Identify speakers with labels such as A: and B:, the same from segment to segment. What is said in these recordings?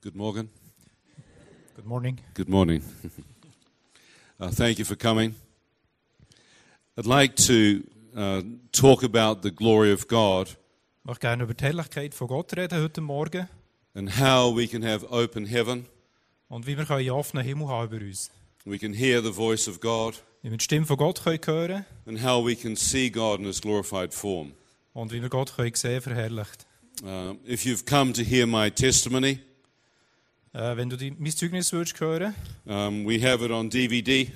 A: Good morning.
B: Good morning.
A: Good morning. uh, thank you for coming. I'd like to uh, talk about the glory of God
B: Ich möchte gerne über die Herrlichkeit von Gott reden heute Morgen
A: and how we can have open heaven.
B: und wie wir können einen offenen Himmel haben über uns.
A: We can hear the voice of God
B: Wie wir die Stimme von Gott können hören
A: and how we can see God in His glorified form.
B: und wie wir Gott können sehen verherrlicht.
A: Uh, if you've come to hear my testimony,
B: Äh, wenn du die, mein Zeugnis würdest hören,
A: um, we have it on DVD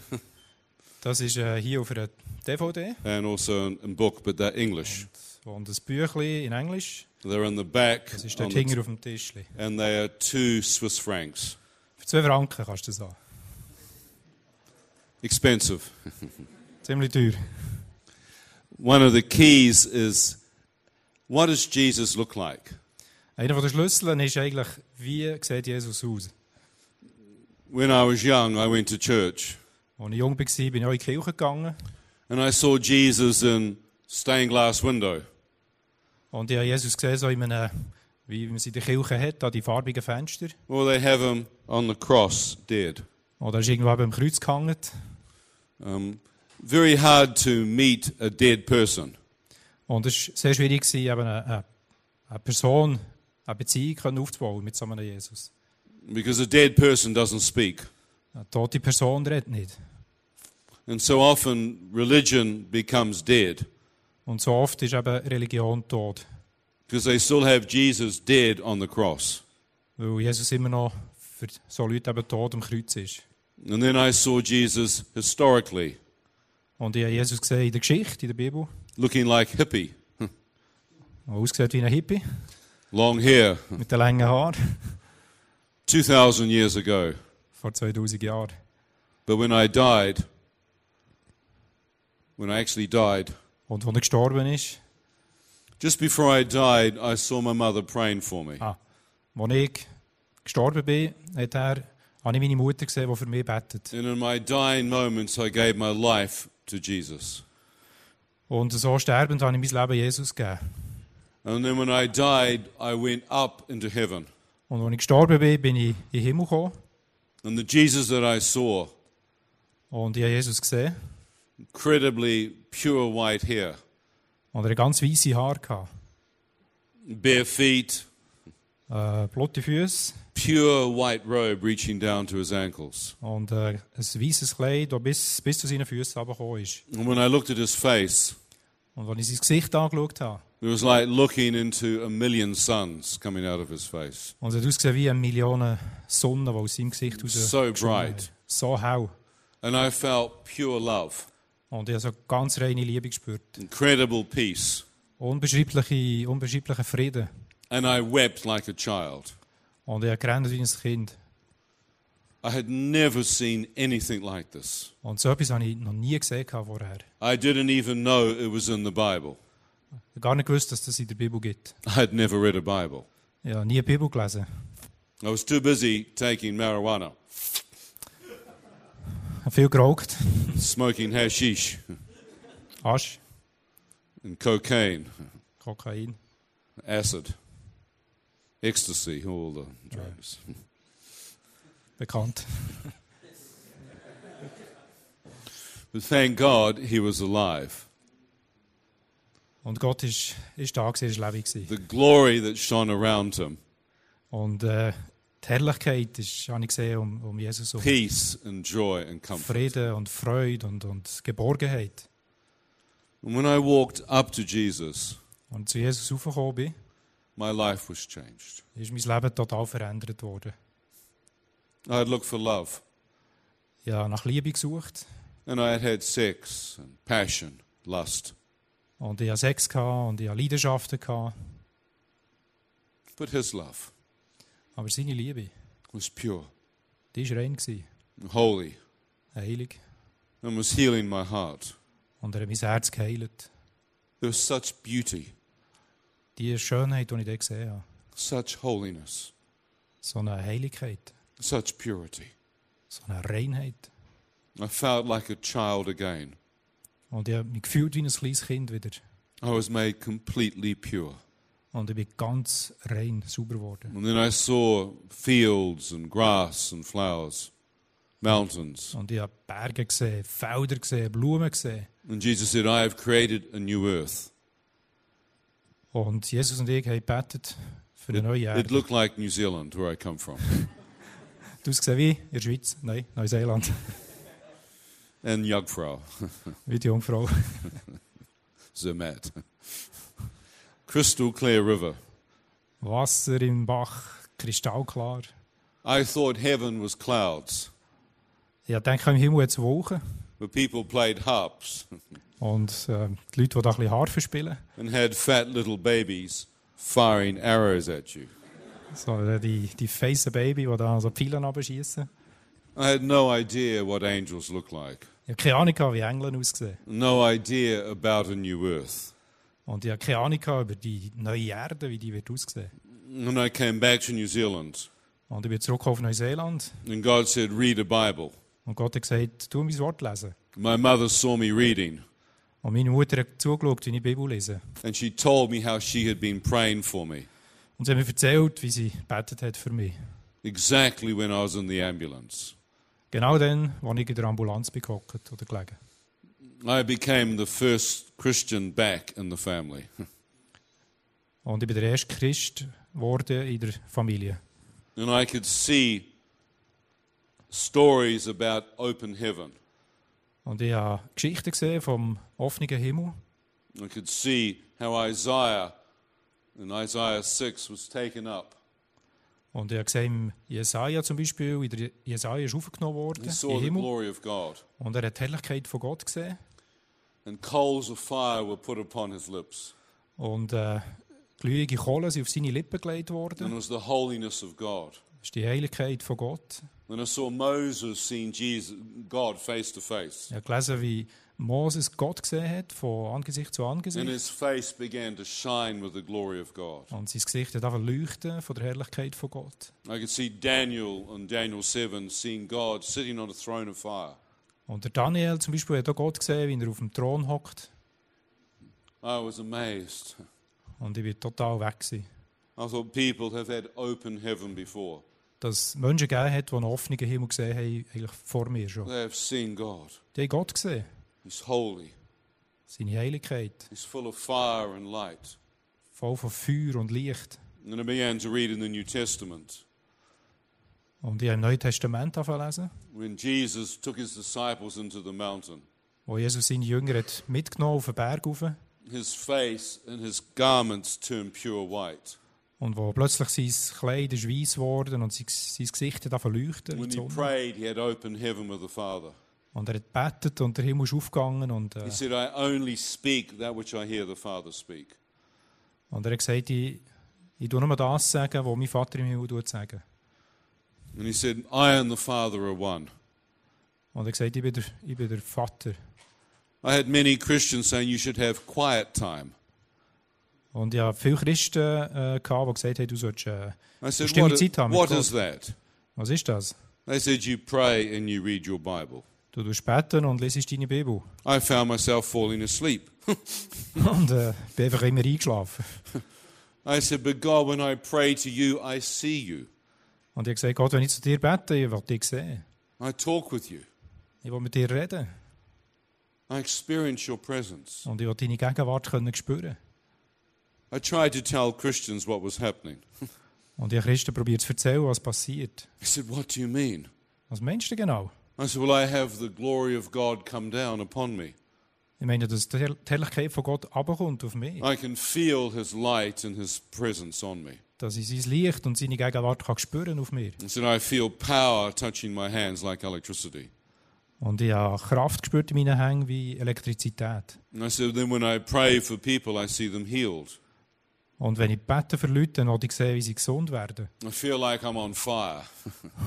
B: das ist äh, hier auf einer DVD
A: and also in, in book, but they're English.
B: und ein Büchlein in Englisch.
A: They're in the back,
B: Das ist
A: on
B: dort
A: the-
B: hinten auf dem Tischli.
A: and they are two Swiss francs.
B: Für zwei Franken kannst du das haben.
A: Expensive.
B: Ziemlich teuer.
A: One of the keys is what does Jesus look like?
B: Einer der Schlüsseln ist eigentlich, wie sieht Jesus aus?
A: When I was young, I went to church
B: Als ich jung war, bin ich auch in die Kirche gegangen
A: and I saw Jesus in stained glass window.
B: und ich habe Jesus gesehen, so in einem, wie man es in der Kirche hat, an die farbigen Fenster.
A: Or they have him on the cross, dead.
B: Oder ist irgendwo beim Kreuz gehangen.
A: Um, very hard to meet a dead person.
B: Und es war sehr schwierig, gewesen, eben eine, eine- eine Person, eine Beziehung können aufzubauen mit so einem Jesus.
A: because a dead person doesn't speak.
B: Eine tote Person redet nicht.
A: And so often religion becomes dead
B: Und so oft ist eben Religion tot,
A: because they still have Jesus dead on the cross.
B: weil Jesus immer noch für so Leute eben tot am Kreuz ist.
A: And then I saw Jesus historically
B: Und ich habe Jesus gesehen in der Geschichte, in der Bibel.
A: looking like hippie,
B: Er ausgesehen wie ein Hippie,
A: long hair,
B: mit den langen Haaren,
A: 2,000 years ago.
B: vor 2000 Jahren.
A: But when I died, when I actually died,
B: Und als er gestorben ist,
A: just before I died, I saw my mother praying for me.
B: ah, als ich gestorben bin, hat er, habe ich meine Mutter gesehen, die für mich betet.
A: And in my dying moments, I gave my life to Jesus.
B: Und so sterbend habe ich mein Leben Jesus gegeben.
A: And then when I died, I went up into heaven.
B: Und als ich gestorben bin, bin ich in den Himmel gekommen
A: And the Jesus that I saw,
B: und ich habe Jesus gesehen.
A: incredibly pure white hair,
B: Und er hatte ganz weiße Haare, gehabt,
A: bare feet,
B: äh, blotte Füße
A: pure white robe reaching down to his ankles.
B: und äh, ein weißes Kleid, das bis, bis zu seinen Füßen runtergekommen ist.
A: And when I looked at his face,
B: Und als ich sein Gesicht angeschaut habe,
A: it was like looking into a million suns coming out of his face.
B: und es hat ausgesehen wie eine Million Sonnen, die aus seinem Gesicht raus
A: So bright.
B: so hell.
A: And I felt pure love,
B: Und ich habe so ganz reine Liebe gespürt.
A: incredible peace.
B: Unbeschreibliche, unbeschreiblichen Frieden.
A: And I wept like a child.
B: Und ich habe gerannt wie ein Kind.
A: I had never seen anything like this.
B: Und so etwas habe ich noch nie gesehen gehabt vorher.
A: I didn't even know it was in the Bible.
B: Ich habe gar nicht gewusst, dass das in der Bibel gibt.
A: I had never read a Bible.
B: Ich habe nie eine Bibel gelesen.
A: I was too busy taking marijuana,
B: Ich habe viel geraucht.
A: smoking hashish,
B: Asch,
A: and cocaine,
B: Kokain.
A: acid, ecstasy, all the drugs.
B: Bekannt.
A: But thank God he was alive.
B: Und Gott ist, ist da, gewesen, ist lebendig. gewesen.
A: The glory that shone around him,
B: Und äh, die Herrlichkeit ist, habe ich gesehen, um, um Jesus herum.
A: peace and joy and comfort.
B: Frieden und Freude und, und Geborgenheit.
A: And when I walked up to Jesus,
B: Und zu Jesus raufgekommen bin,
A: my life was changed.
B: ist mein Leben total verändert worden.
A: I had looked for love,
B: Ich habe nach Liebe gesucht.
A: and I had had sex and passion, lust.
B: Und ich hatte Sex gehabt, und ich hatte Leidenschaften. Gehabt.
A: But his love
B: Aber seine Liebe,
A: was pure
B: die war rein. Gewesen,
A: and holy
B: heilig.
A: and was healing my heart.
B: Und er hat mein Herz geheilt.
A: There was such beauty,
B: Die Schönheit, die ich dort gesehen habe.
A: such holiness,
B: So eine Heiligkeit,
A: such purity.
B: so eine Reinheit.
A: I felt like a child again.
B: Und ich habe mich gefühlt wie ein kleines Kind wieder.
A: I was made completely pure.
B: Und ich bin ganz rein, sauber geworden.
A: And then I saw fields and grass and flowers, mountains.
B: Und ich habe Berge gesehen, Felder gesehen, Blumen gesehen.
A: And Jesus said, I have created a new earth.
B: Und Jesus und ich haben gebetet für eine neue
A: It
B: Erde.
A: looked like New Zealand, where I come from.
B: Du ausgesehen wie in der Schweiz, nein, Neuseeland,
A: And Jungfrau,
B: wie die Jungfrau.
A: Zermatt. Crystal clear river.
B: Wasser im Bach, kristallklar.
A: I thought heaven was clouds,
B: Ich denke, im Himmel jetzt Wolken.
A: where people played harps
B: Und äh, die Leute, die da ein bisschen Harfe spielen,
A: and had fat little babies firing arrows at you.
B: so äh, die, die face Baby, die da so die Pfeilen runterschiessen.
A: I had no idea what angels look like,
B: Ich habe keine Ahnung, gehabt, wie Engel aussehen.
A: no idea about a new earth.
B: Und ich habe keine Ahnung gehabt über die neue Erde, wie die wird aussehen.
A: And I came back to New Zealand,
B: Und ich bin zurück auf Neuseeland
A: and God said, Read a Bible.
B: und Gott hat gesagt, tu mein Wort lesen.
A: My mother saw me reading,
B: Und meine Mutter hat zugeschaut, wie ich die Bibel lese.
A: and she told me how she had been praying for me
B: Und sie hat mir erzählt, wie sie gebetet hat für mich.
A: exactly when I was in the ambulance.
B: Genau dann, als ich in der Ambulanz bin gehockt oder gelegen.
A: I became the first Christian back in the family.
B: Und ich bin der erste Christ geworden in der Familie.
A: And I could see stories about open heaven.
B: Und ich habe Geschichten gesehen vom offenen Himmel.
A: I could see how Isaiah in Isaiah 6 was taken up.
B: Und ich habe gesehen, im Jesaja zum Beispiel, in der Jesaja ist aufgenommen worden,
A: He
B: im
A: saw the
B: Himmel.
A: glory of God,
B: Und er hat die Herrlichkeit von Gott gesehen.
A: and coals of fire were put upon his lips.
B: Und äh, glühende Kohlen sind auf seine Lippen gelegt
A: And
B: worden.
A: it was the holiness of God.
B: Das ist die Heiligkeit von Gott.
A: And I saw Moses seeing Jesus, God face to face.
B: Ich habe gelesen, wie Moses Gott gesehen hat, von Angesicht zu
A: And
B: Angesicht.
A: his face began to shine with the glory of God.
B: Und sein Gesicht hat einfach leuchten von der Herrlichkeit von Gott.
A: I could see Daniel in Daniel 7 seeing God sitting on a throne of fire.
B: Und der Daniel zum Beispiel hat auch Gott gesehen, wie er auf dem Thron hockt.
A: I was amazed.
B: Und ich bin total weg. Gewesen.
A: I thought people have had open heaven before.
B: Dass es Menschen gegeben hat, die einen offenen Himmel gesehen haben, eigentlich vor mir schon.
A: They have seen God.
B: Die haben Gott gesehen,
A: He's holy.
B: seine Heiligkeit,
A: He's full of fire and light.
B: voll von Feuer und Licht.
A: And I began to read in the New Testament
B: Und ich habe im Neuen Testament angefangen zu lesen,
A: when Jesus took his disciples into the mountain.
B: wo Jesus seine Jünger hat mitgenommen auf den Berg rauf
A: His face and his garments turned pure white.
B: und wo plötzlich sein Kleid ist weiss geworden und sein, sein Gesicht hat angefangen zu leuchten.
A: When
B: mit
A: he
B: Sonne.
A: prayed, he had open heaven with the Father.
B: Und er hat gebetet und der Himmel ist aufgegangen und, äh,
A: He said, I only speak that which I hear the Father speak.
B: und er hat gesagt, ich, ich tue nur das sagen, was mein Vater im Himmel tut sagen.
A: And he said, I and the Father are one.
B: Und er hat gesagt, ich bin der, ich bin der Vater.
A: I had many Christians saying you should have quiet time.
B: Und ich habe viele Christen, äh, gehabt, die gesagt haben, du sollst... Äh,
A: I said,
B: Stille
A: what,
B: Zeit haben mit
A: what
B: Gott.
A: is that?
B: was ist das?
A: They said, you pray and you read your Bible.
B: Du tust beten und lesest deine Bibel.
A: I found myself falling asleep.
B: Und äh, bin einfach immer eingeschlafen.
A: I said, but God, when I pray to you, I see you.
B: Und ich habe gesagt, Gott, wenn ich zu dir bete, ich will dich sehen.
A: I talk with you.
B: Ich will mit dir reden.
A: I experience your presence.
B: Und ich will deine Gegenwart können spüren.
A: I tried to tell Christians what was happening.
B: Und ich habe Christen probiert zu erzählen, was passiert.
A: They said, what do you mean?
B: Was meinst du genau?
A: I said, well, I have the glory of God come down upon me.
B: Ich meine, dass die Herr- die Herrlichkeit von Gott abkommt auf mich.
A: I can feel his light and his presence on me.
B: Dass ich sein Licht und seine Gegenwart kann spüren auf mir.
A: I said, I feel power touching my hands like electricity.
B: Und ich habe Kraft gespürt in meinen Händen wie Elektrizität.
A: And I said, then when I pray for people, I see them healed.
B: Und wenn ich bete für Leute, dann will ich sehen, wie sie gesund werden.
A: I feel like I'm on fire.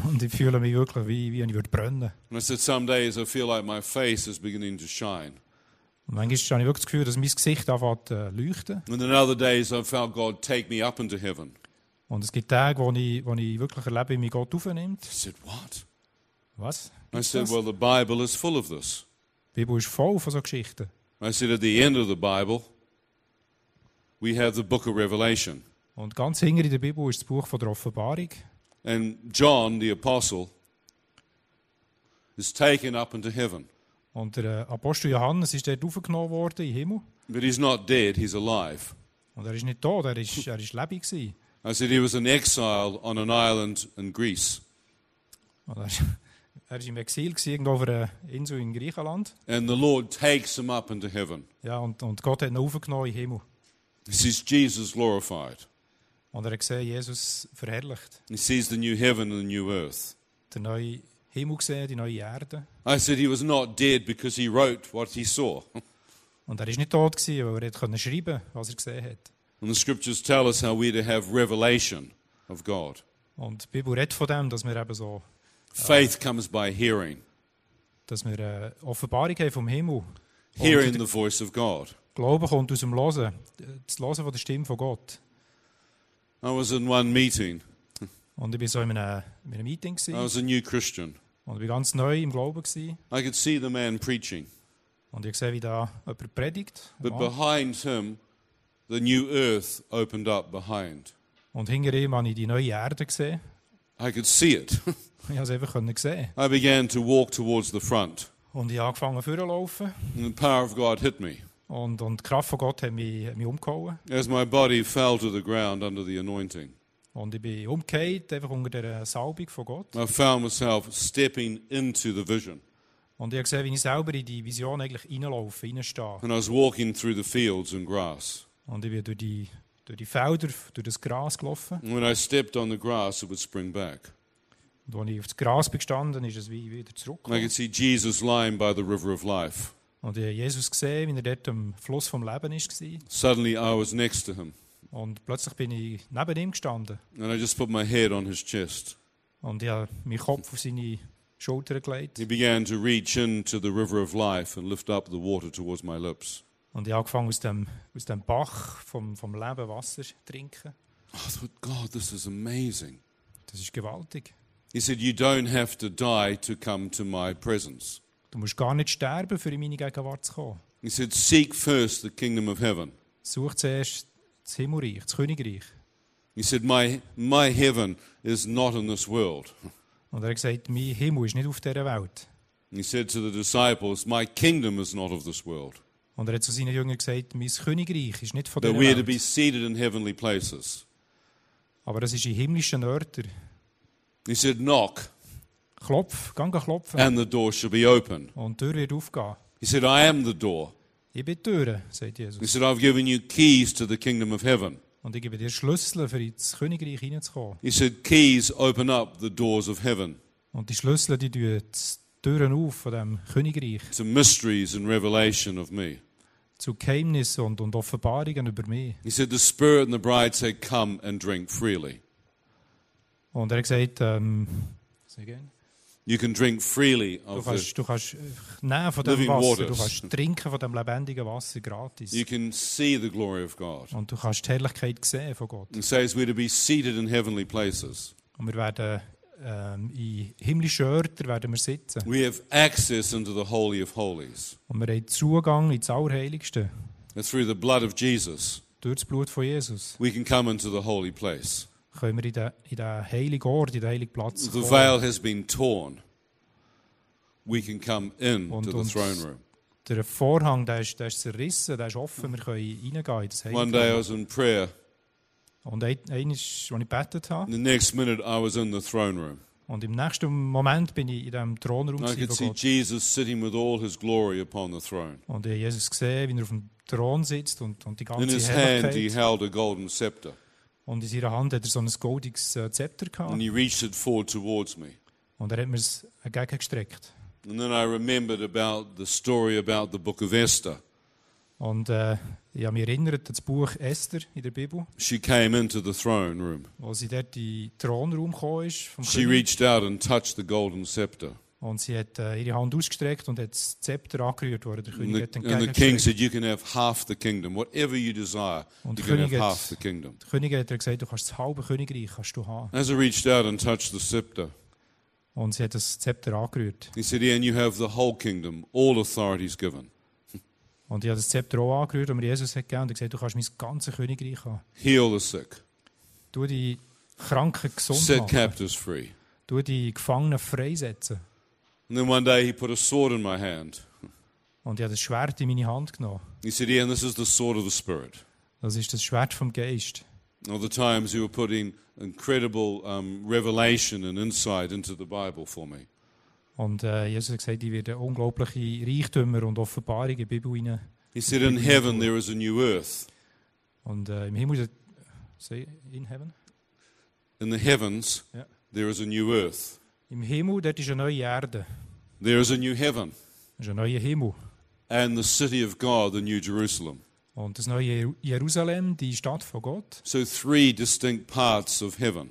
B: Und ich fühle mich wirklich, wie, wie wenn ich würde brennen
A: And I said, some days I feel like my face is beginning to shine.
B: Und manchmal habe ich wirklich das Gefühl, dass mein Gesicht anfängt zu leuchten.
A: And then other days I felt God take me up into heaven.
B: Und es gibt Tage, wo ich, wo ich wirklich erlebe, wie mich Gott aufnimmt.
A: I said, what?
B: Was?
A: I
B: Gibt's
A: said,
B: das?
A: well, the Bible is full of this.
B: Die Bibel ist voll von solchen Geschichten.
A: I said, at the end of the Bible, we have the book of Revelation.
B: Und ganz hinten in der Bibel ist das Buch von der Offenbarung.
A: And John, the apostle, is taken up into heaven.
B: Und der äh, Apostel Johannes ist dort aufgenommen worden im Himmel.
A: But he's not dead, he's alive.
B: Und er ist nicht tot, er ist, er ist lebendig gewesen.
A: I said he was an exile on an island in Greece.
B: Und er, er ist im Exil gewesen, irgendwo auf einer Insel in Griechenland.
A: And the Lord takes him up into heaven.
B: Ja, und, und Gott hat ihn aufgenommen im Himmel.
A: He sees Jesus glorified.
B: Und er hat gesehen, Jesus verherrlicht.
A: He sees the new heaven and the new earth.
B: Den neuen Himmel gesehen, die neue Erde.
A: I said he was not dead because he wrote what he saw.
B: Und er ist nicht tot gewesen, weil er hat können schreiben, was er gesehen hat.
A: And the scriptures tell us how we're to have revelation of God.
B: Und die Bibel redet von dem, dass wir eben so,
A: Faith comes by hearing,
B: dass wir äh, Offenbarung haben vom Himmel.
A: hearing the voice of God.
B: Glauben kommt aus dem Hören, äh, das Hören von der Stimme von Gott.
A: I was in one meeting.
B: Und ich war so in einem, in einem Meeting gewesen,
A: I was a new Christian.
B: und ich war ganz neu im Glauben gewesen,
A: I could see the man preaching,
B: und ich sehe, wie da jemand predigt. ein
A: but
B: Mann.
A: behind him, the new earth opened up behind.
B: Und hinter ihm habe ich die neue Erde gesehen.
A: I could see it.
B: Ich konnte es einfach können sehen.
A: I began to walk towards the front,
B: Und ich habe angefangen vorzulaufen.
A: and the power of God hit me.
B: Und, und die Kraft von Gott hat mich, hat mich umgehauen.
A: As my body fell to the ground under the anointing,
B: Und ich bin umgekehrt, einfach unter der Salbung von Gott.
A: I found myself stepping into the vision.
B: Und ich habe gesehen, wie ich selber in die Vision eigentlich reinlaufe, reinstehe.
A: And I was walking through the fields and grass.
B: Und ich bin durch die, durch die Felder, durch das Gras gelaufen.
A: And when I stepped on the grass, it would spring back.
B: Und als ich auf das Gras bin gestanden ist es wie
A: And
B: wieder
A: I
B: zurückgekommen.
A: could see Jesus lying by the river of life.
B: Und ich habe Jesus gesehen, wie er dort am Fluss vom Leben war.
A: Suddenly, I was next to him.
B: Und plötzlich bin ich neben ihm gestanden.
A: And I just put my head on his chest.
B: Und ich habe meinen Kopf auf seine Schulter gelegt.
A: He began to reach into the river of life and lift up the water towards my lips.
B: Und ich habe angefangen, aus dem, aus dem Bach vom, vom Leben Wasser zu trinken.
A: Oh, I thought, God, this is amazing.
B: Das ist gewaltig.
A: He said, You don't have to die to come to my presence.
B: Du musst gar nicht sterben, für in meine Gegenwart zu kommen.
A: He said, Seek first the kingdom of heaven.
B: Such zuerst das Himmelreich, das Königreich.
A: He said, My, my heaven is not in this world.
B: Und er hat gesagt, mein Himmel ist nicht auf dieser Welt.
A: He said to the disciples, My kingdom is not of this world.
B: Und er hat zu seinen Jüngern gesagt, mein Königreich ist nicht von
A: That
B: dieser
A: we are to be
B: Welt.
A: seated in heavenly places.
B: Aber das ist in himmlischen Örtern.
A: He said, Knock,
B: Klopf, geh geh klopfen.
A: and the door shall be open.
B: Und die Tür wird aufgehen.
A: He said, I am the door.
B: Ich bin die Tür, sagt
A: He
B: Jesus.
A: said, I've given you keys to the kingdom of heaven.
B: Und ich gebe dir Schlüssel, für ins Königreich hineinzukommen.
A: He said, Keys open up the doors of heaven
B: Und die Schlüssel, die tun die Türen auf von dem Königreich.
A: to mysteries and revelation of me.
B: zu Geheimnissen und, und Offenbarungen über mich.
A: He said, The Spirit and the bride say, Come and drink freely.
B: Und er hat gesagt, ähm, sehr gerne.
A: You can drink freely
B: du,
A: of the,
B: kannst, du kannst äh, nehmen von dem
A: Living
B: Wasser, du
A: waters.
B: kannst trinken von dem lebendigen Wasser gratis.
A: you can see the glory of God.
B: und du kannst die Herrlichkeit sehen von Gott.
A: It says we're to be seated in heavenly places.
B: Und wir werden ähm, in himmlischen Örtern werden wir sitzen.
A: We have access into the Holy of Holies.
B: Und wir haben Zugang ins Allerheiligste.
A: And through the blood of Jesus,
B: Durch das Blut von Jesus
A: we can come into the holy place.
B: können wir in den, in den heiligen Ort, in den heiligen Platz
A: The
B: kommen.
A: veil has been torn. We can come in
B: Und
A: to the
B: uns-
A: throne room.
B: Der Vorhang der ist, der ist zerrissen, der ist offen, wir können reingehen in das
A: One
B: Heilige.
A: day I was in prayer.
B: Und ein, einmal, als ich gebetet habe,
A: The next minute I was in the throne room.
B: Und im nächsten Moment bin ich in diesem Thronraum
A: I
B: gewesen
A: could
B: von
A: see
B: Gott.
A: Jesus sitting with all his glory upon the throne.
B: Und ich habe Jesus gesehen, wie er auf dem Thron sitzt und, und die
A: In
B: ganze
A: his hand he
B: Herrlichkeit.
A: held a golden scepter,
B: Und in seiner Hand hat er so ein goldiges äh, Zepter
A: and
B: gehabt.
A: he reached it forward towards me.
B: Und er hat mir es entgegengestreckt.
A: And then I remembered about the story about the book of Esther.
B: Und äh, ich habe mich erinnert an das Buch Esther in der Bibel,
A: She came into the throne room.
B: wo sie dort in den Thronraum gekommen ist. Vom
A: She
B: König.
A: reached out and touched the golden scepter.
B: Und sie hat äh, ihre Hand ausgestreckt und hat das Zepter angerührt, wo der
A: And
B: König
A: the,
B: hat
A: and the king
B: entgegengestreckt.
A: said, You can have half the kingdom. Whatever you desire,
B: Und
A: you
B: der
A: can have
B: König hat,
A: half the kingdom.
B: der König hat ihr gesagt, du kannst das halbe Königreich kannst du haben.
A: As I reached out and touched the scepter,
B: Und sie hat das Zepter angerührt.
A: he said, Ian, you have the whole kingdom, all authorities given.
B: Und ich habe das Zepter auch angerührt, das mir Jesus hat gegeben und gesagt, du kannst mein ganzes Königreich haben.
A: Heal the sick.
B: Du die Kranken gesund
A: Set
B: machen.
A: captives free.
B: Du die Gefangenen freisetzen.
A: And then one day he put a sword in my hand.
B: Und ich habe das Schwert in meine Hand genommen.
A: He said, Ian, this is the sword of the Spirit.
B: Das ist das Schwert vom Geist.
A: All the times you were putting incredible um, revelation and insight into the Bible for me.
B: Und äh, Jesus hat gesagt, ich werde unglaubliche Reichtümer und Offenbarungen in die Bibel hinein.
A: He said, In heaven there is a new earth.
B: Und äh, im Himmel, Say, in heaven?
A: In the heavens
B: Ja.
A: there is a new earth.
B: Im Himmel, dort ist eine neue Erde.
A: There is a new heaven.
B: Das ist ein neuer Himmel.
A: And the city of God, the New Jerusalem.
B: Und das neue Jeru- Jerusalem, die Stadt von Gott.
A: So, three distinct parts of heaven.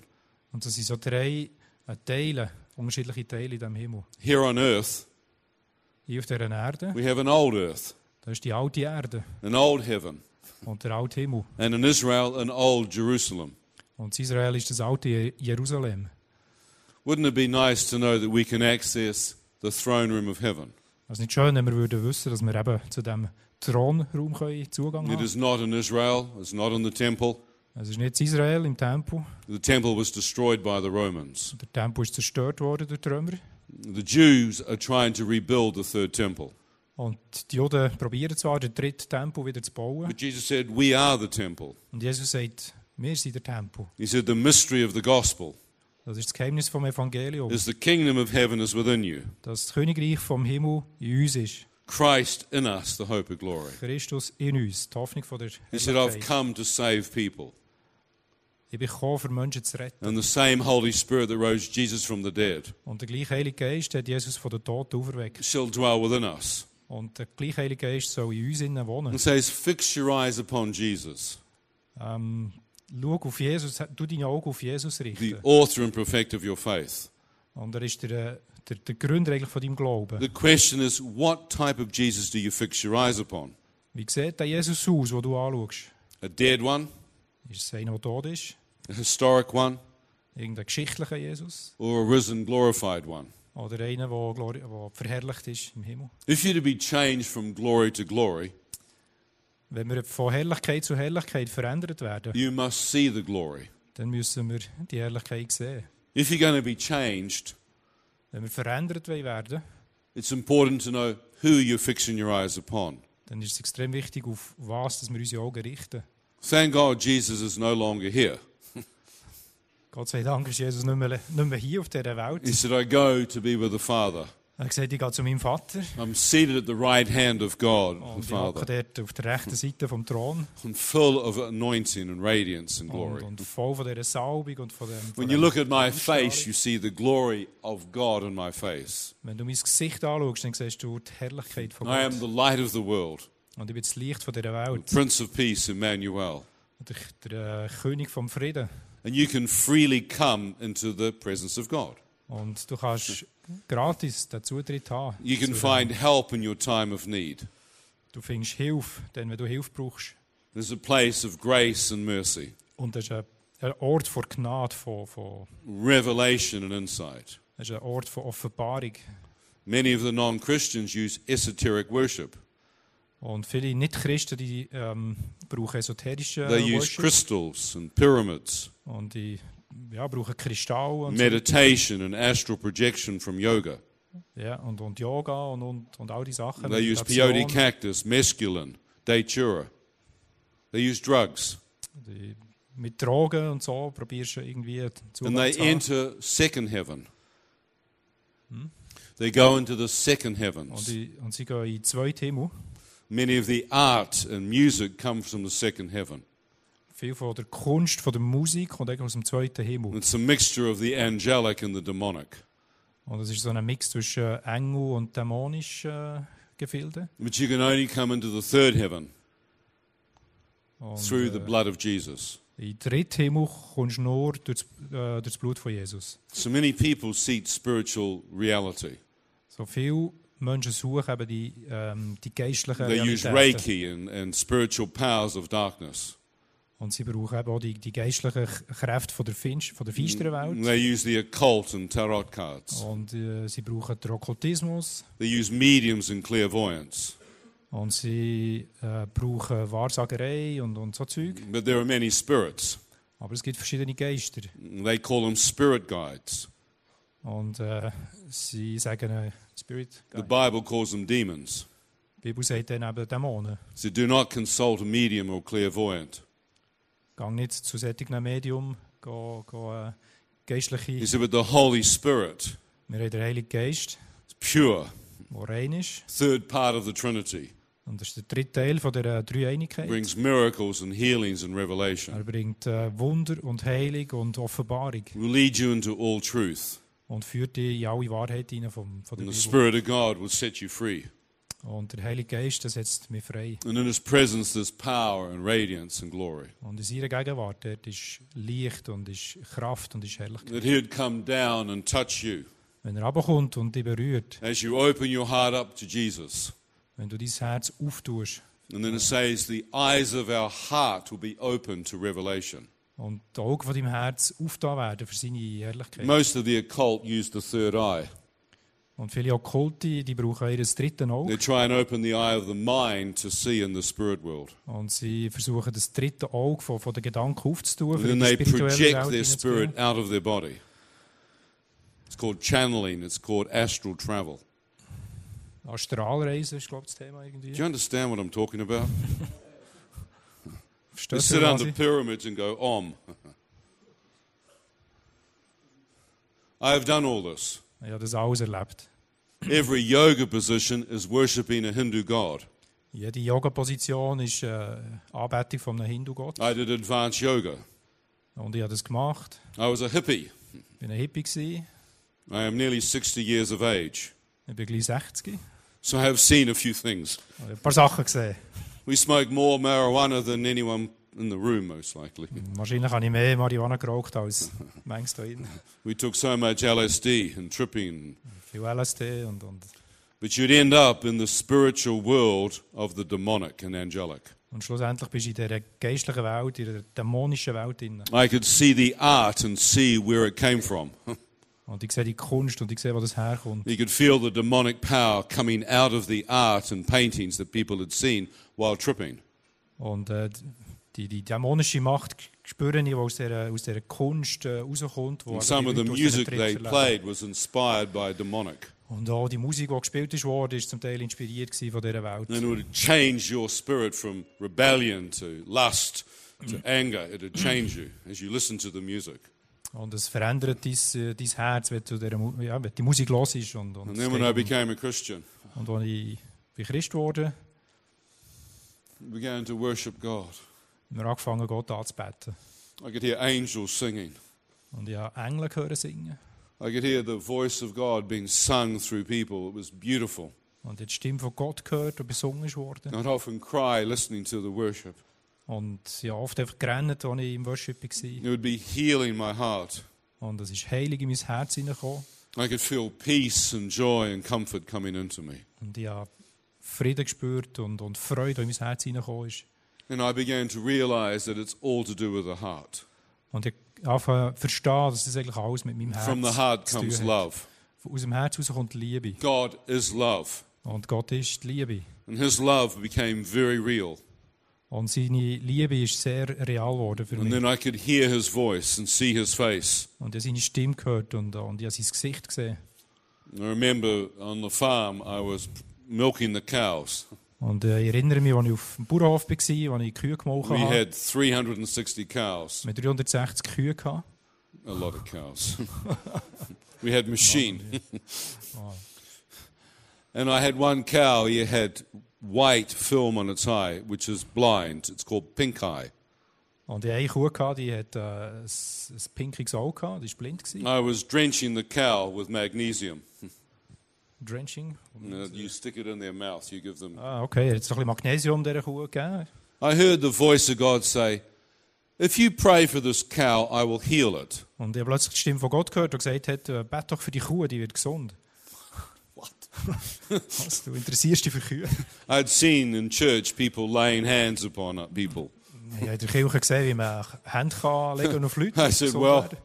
B: Und das sind so drei äh, Teile, unterschiedliche Teile in diesem Himmel.
A: Here on earth,
B: Hier auf dieser Erde,
A: we have an old earth,
B: da ist die alte Erde
A: an old heaven,
B: und der alte Himmel.
A: and in Israel, an old Jerusalem.
B: Und in Israel ist das alte Je- Jerusalem.
A: Wouldn't it be nice to know that we can access the throne room of heaven?
B: Es ist Also nicht schön, wenn wir würden wissen, dass wir eben zu dem Thronraum können Zugang
A: It
B: haben
A: is not in Israel, it's not in the temple.
B: Es ist nicht in Israel im Tempel.
A: The temple was destroyed by the Romans.
B: Der Tempel ist zerstört worden durch die Römer.
A: The Jews are trying to rebuild the third temple.
B: Und die Juden probieren zwar, den dritten Tempel wieder zu bauen.
A: But Jesus said, We are the temple.
B: Und Jesus sagt, wir sind der Tempel.
A: He said, The mystery of the gospel
B: Das ist das Geheimnis vom Evangelium.
A: is the kingdom of heaven is within you,
B: Dass das Königreich vom Himmel in uns ist.
A: Christ in us, the hope of glory.
B: Christus in uns, die Hoffnung von der
A: He said, I've
B: Herrlichkeit.
A: come to save people.
B: Ich bin gekommen, für Menschen zu retten.
A: And the same Holy Spirit that rose Jesus from the dead
B: Und der gleiche Heilige Geist hat Jesus von den Toten auferweckt.
A: shall dwell within us.
B: Und der gleiche Heilige Geist soll in uns innen wohnen.
A: And says, Fix your eyes upon Jesus,
B: Ähm, schau auf Jesus, tu deine Augen auf Jesus
A: the
B: richten.
A: author and perfecter of your faith.
B: Und er ist der, äh, der, der Gründer eigentlich von deinem Glauben.
A: The question is, what type of Jesus do you fix your eyes upon?
B: Wie sieht der Jesus aus, den du anschaust?
A: A dead one,
B: Ist es einer, der tot ist?
A: a historic one,
B: Irgendein geschichtlicher Jesus?
A: or a risen, glorified one?
B: Oder einer, der, glori- der verherrlicht ist im Himmel?
A: If you're to be changed from glory to glory,
B: Wenn wir von Herrlichkeit zu Herrlichkeit verändert werden,
A: you must see the glory.
B: dann müssen wir die Herrlichkeit sehen.
A: If you're going to be changed,
B: Wenn wir verändert wollen werden,
A: it's important to know who you're fixing your eyes upon.
B: dann ist es extrem wichtig, auf was dass wir unsere Augen richten.
A: Thank God Jesus is no longer here.
B: Gott sei Dank ist Jesus nicht mehr, nicht mehr hier auf dieser
A: He
B: Welt.
A: said, I go to be with the Father.
B: Er hat gesagt, ich gehe zu meinem Vater
A: I'm seated at the right hand of God,
B: und
A: the
B: ich hocke
A: Father.
B: dort auf der rechten Seite vom Thron
A: I'm full of anointing and radiance and
B: und,
A: glory.
B: und voll von dieser Salbung und von dem... Von
A: When you
B: dem
A: look at my face,
B: Ausstrahlung.
A: you see the glory of God in my face.
B: Wenn du mein Gesicht anschaust, dann siehst du die Herrlichkeit von
A: I am the
B: Gott.
A: light of the world,
B: Und ich bin das Licht von dieser Welt.
A: Prince of Peace, Emmanuel.
B: Und ich, der äh, König vom Frieden.
A: And you can freely come into the presence of God.
B: Und du kannst gratis den Zutritt haben.
A: You can
B: zu-
A: find help in your time of need.
B: Du findest Hilfe, denn wenn du Hilfe brauchst.
A: There's a place of grace and mercy,
B: Und das ist ein, ein Ort von Gnade, von, von,
A: revelation and insight.
B: das ist ein Ort von Offenbarung.
A: Many of the non Christians use esoteric worship.
B: Und viele Nicht-Christen die, ähm, brauchen esoterische
A: They use
B: äh, Worship.
A: crystals and pyramids,
B: Und die ja, brauchen Kristall und, so.
A: meditation and astral projection from yoga.
B: ja, und, und Yoga und, und, und all die Sachen.
A: They use
B: Meditation.
A: peyote cactus, mescaline, datura. They use drugs.
B: Die, mit Drogen und so probierst du irgendwie zu
A: And they enter second heaven. They go into the second
B: und,
A: heavens.
B: die, und sie gehen in zwei Himmel.
A: Many of the art and music comes from the second heaven.
B: Viel von der Kunst, von der Musik kommt eigentlich aus dem zweiten Himmel.
A: It's a mixture of the angelic and the demonic.
B: Und es ist so ein Mix zwischen äh, Engel und dämonischen äh, Gefilden.
A: But you can only come into the third heaven
B: Und,
A: through the
B: äh,
A: blood of Jesus.
B: In den dritten Himmel kommst du nur durch das, äh, durch das Blut von Jesus.
A: So many people seek spiritual reality.
B: So viele Menschen suchen eben die, ähm, die geistlichen
A: They use
B: Realitäten.
A: Reiki and, and spiritual powers of darkness.
B: Und sie brauchen eben auch die, die geistlichen K- Kräfte von der, Finst von der
A: Mm.
B: finsteren Welt.
A: They use the occult and tarot cards.
B: Oh. Und äh, sie brauchen den Okkultismus.
A: They use mediums and clairvoyance.
B: Und sie äh, brauchen Wahrsagerei und, und so Zeug.
A: But there are many spirits.
B: Aber es gibt verschiedene Geister.
A: They call them spirit guides.
B: Und äh, sie sagen äh, Spirit
A: The
B: Guide.
A: Bible calls them demons.
B: Die Bibel sagt dann eben Dämonen.
A: So do not consult a medium or clairvoyant.
B: Gang nicht zu solchen Medium, geh, geh äh,
A: He
B: geistliche.
A: said, but the Holy Spirit
B: Wir haben den Heiligen Geist,
A: is pure,
B: der rein ist.
A: third part of the Trinity,
B: Und das ist der dritte Teil von der äh, Dreieinigkeit.
A: brings miracles and healings and revelation,
B: Er bringt äh, Wunder und Heilung und Offenbarung
A: will lead you into all truth.
B: und führt dich in alle Wahrheit hinein vom, von der
A: And the
B: Bibel.
A: Spirit of God will set you free.
B: Und der Heilige Geist, der setzt mich frei.
A: And in His presence, there's power and radiance and glory.
B: Und in seiner Gegenwart dort ist Licht und ist Kraft und ist Herrlichkeit.
A: That He would come down and touch you
B: Wenn er runterkommt und dich berührt,
A: as you open your heart up to Jesus.
B: wenn du dein Herz auftust
A: And then it says, the eyes of our heart will be open to revelation.
B: und die Augen von deinem Herz aufgetan werden für seine Herrlichkeit.
A: Most of the occult use the third eye.
B: Und viele Okkulte, die brauchen ihr dritten
A: They
B: Auge
A: try and open the eye of the mind to see in the spirit world.
B: und sie versuchen das dritte Auge von, von den Gedanken aufzutun,
A: And
B: für
A: then
B: die
A: they
B: spirituelle
A: project
B: Welt
A: their
B: hineinzugehen.
A: spirit out of their body. It's called channeling, it's called astral travel.
B: Astralreise ist, glaube ich, das Thema irgendwie.
A: Do you understand what I'm talking about? They
B: Verstehst du
A: sit
B: quasi?
A: under pyramids and go, Om. I have done all this.
B: Ich habe das alles erlebt.
A: Every yoga position is worshipping a Hindu god.
B: Jede Yoga-Position ist äh, Anbetung von einem Hindu-Gott.
A: I did advanced yoga.
B: Und ich habe das gemacht.
A: I was a hippie.
B: Ich war ein Hippie. Gewesen.
A: I am nearly 60 years of age.
B: Ich bin gleich 60.
A: So I have seen a few things.
B: Ich habe ein paar Sachen gesehen.
A: We smoke more marijuana than anyone in the room, most likely.
B: Wahrscheinlich habe ich mehr Marihuana geraucht als meinst hier drin.
A: We took so much LSD and tripping.
B: Viel LSD und, und,
A: But you'd end up in the spiritual world of the demonic and angelic.
B: und schlussendlich bist du in dieser geistlichen Welt, in dieser dämonischen Welt drin.
A: I could see the art and see where it came from.
B: Und ich sehe die Kunst und ich sehe, wo das herkommt.
A: You could feel the demonic power coming out of the art and paintings that people had seen while tripping.
B: Und äh, die, die dämonische Macht spüre ich, die aus dieser, aus dieser Kunst äh, rauskommt.
A: And
B: Wo eben
A: some of
B: die
A: the
B: Leute aus diesen
A: music
B: Tricks
A: they
B: erleben.
A: played was inspired by demonic.
B: Und auch die Musik, die gespielt ist, wurde, ist zum Teil inspiriert gewesen von dieser Welt.
A: And it would change your spirit from rebellion to lust to anger. It would change you as you listen to the music.
B: Und es verändert dein, äh, dein Herz, wenn, du dieser, Mu- ja, wenn die Musik los ist. Und, und,
A: And
B: es
A: then when I
B: geht
A: became a Christian,
B: um- und als ich bin Christ wurde,
A: I began to worship God.
B: haben wir angefangen, Gott anzubeten.
A: I could hear angels singing.
B: Und ich habe Engel hören singen.
A: I could hear the voice of God being sung through people. It was beautiful.
B: Und ich habe die Stimme von Gott gehört und besungen ist worden.
A: I'd often cry listening to the worship.
B: Und ich habe oft einfach gerannt, als ich im Worship war.
A: It would be healing my heart.
B: Und es ist heilig in mein Herz hineingekommen.
A: I could feel peace and joy and comfort coming into me.
B: Und ich habe Frieden gespürt und, und Freude, die in mein Herz hineingekommen ist.
A: And I began to realize that it's all to do with the heart.
B: Und ich habe zu verstehen, dass das eigentlich alles mit meinem Herz
A: From the heart
B: zu tun
A: comes
B: hat.
A: love.
B: Aus dem Herz heraus kommt Liebe.
A: God is love.
B: Und Gott ist die Liebe.
A: And his love became very real.
B: Und seine Liebe ist sehr real geworden für
A: And
B: mich.
A: then I could hear his voice and see his face.
B: Und ich habe seine Stimme gehört und, äh, und ich habe sein Gesicht gesehen.
A: And I remember on the farm, I was milking the cows.
B: Und äh, ich erinnere mich, als ich auf dem Bauernhof war, als ich Kühe gemolken
A: We
B: habe.
A: had 360 cows,
B: Mit 360 Kühe gehabt.
A: a lot of cows. we had machine. and I had one cow, it had white film on its eye, which is blind. It's called pink eye.
B: Und ich hatte eine Kuh, gehabt, die hat äh, ein, ein pinkiges Auge gehabt, die war blind. Gewesen.
A: I was drenching the cow with magnesium.
B: Drenching.
A: Uh, You stick it in their mouth, you give them
B: Ah, okay, er hat so ein bisschen Magnesium dieser Kuh gegeben.
A: I heard the voice of God say, If you pray for this cow, I will heal it.
B: Und ich habe plötzlich die Stimme von Gott gehört, die gesagt hat, äh, bet doch für die Kuh, die wird gesund. Was? Du interessierst dich für Kühe?
A: I'd seen in church people laying hands upon uh, people.
B: Ich habe in der Kirche gesehen, wie man Hände kann legen auf Leute.
A: I said,
B: gesund
A: Well,
B: werden.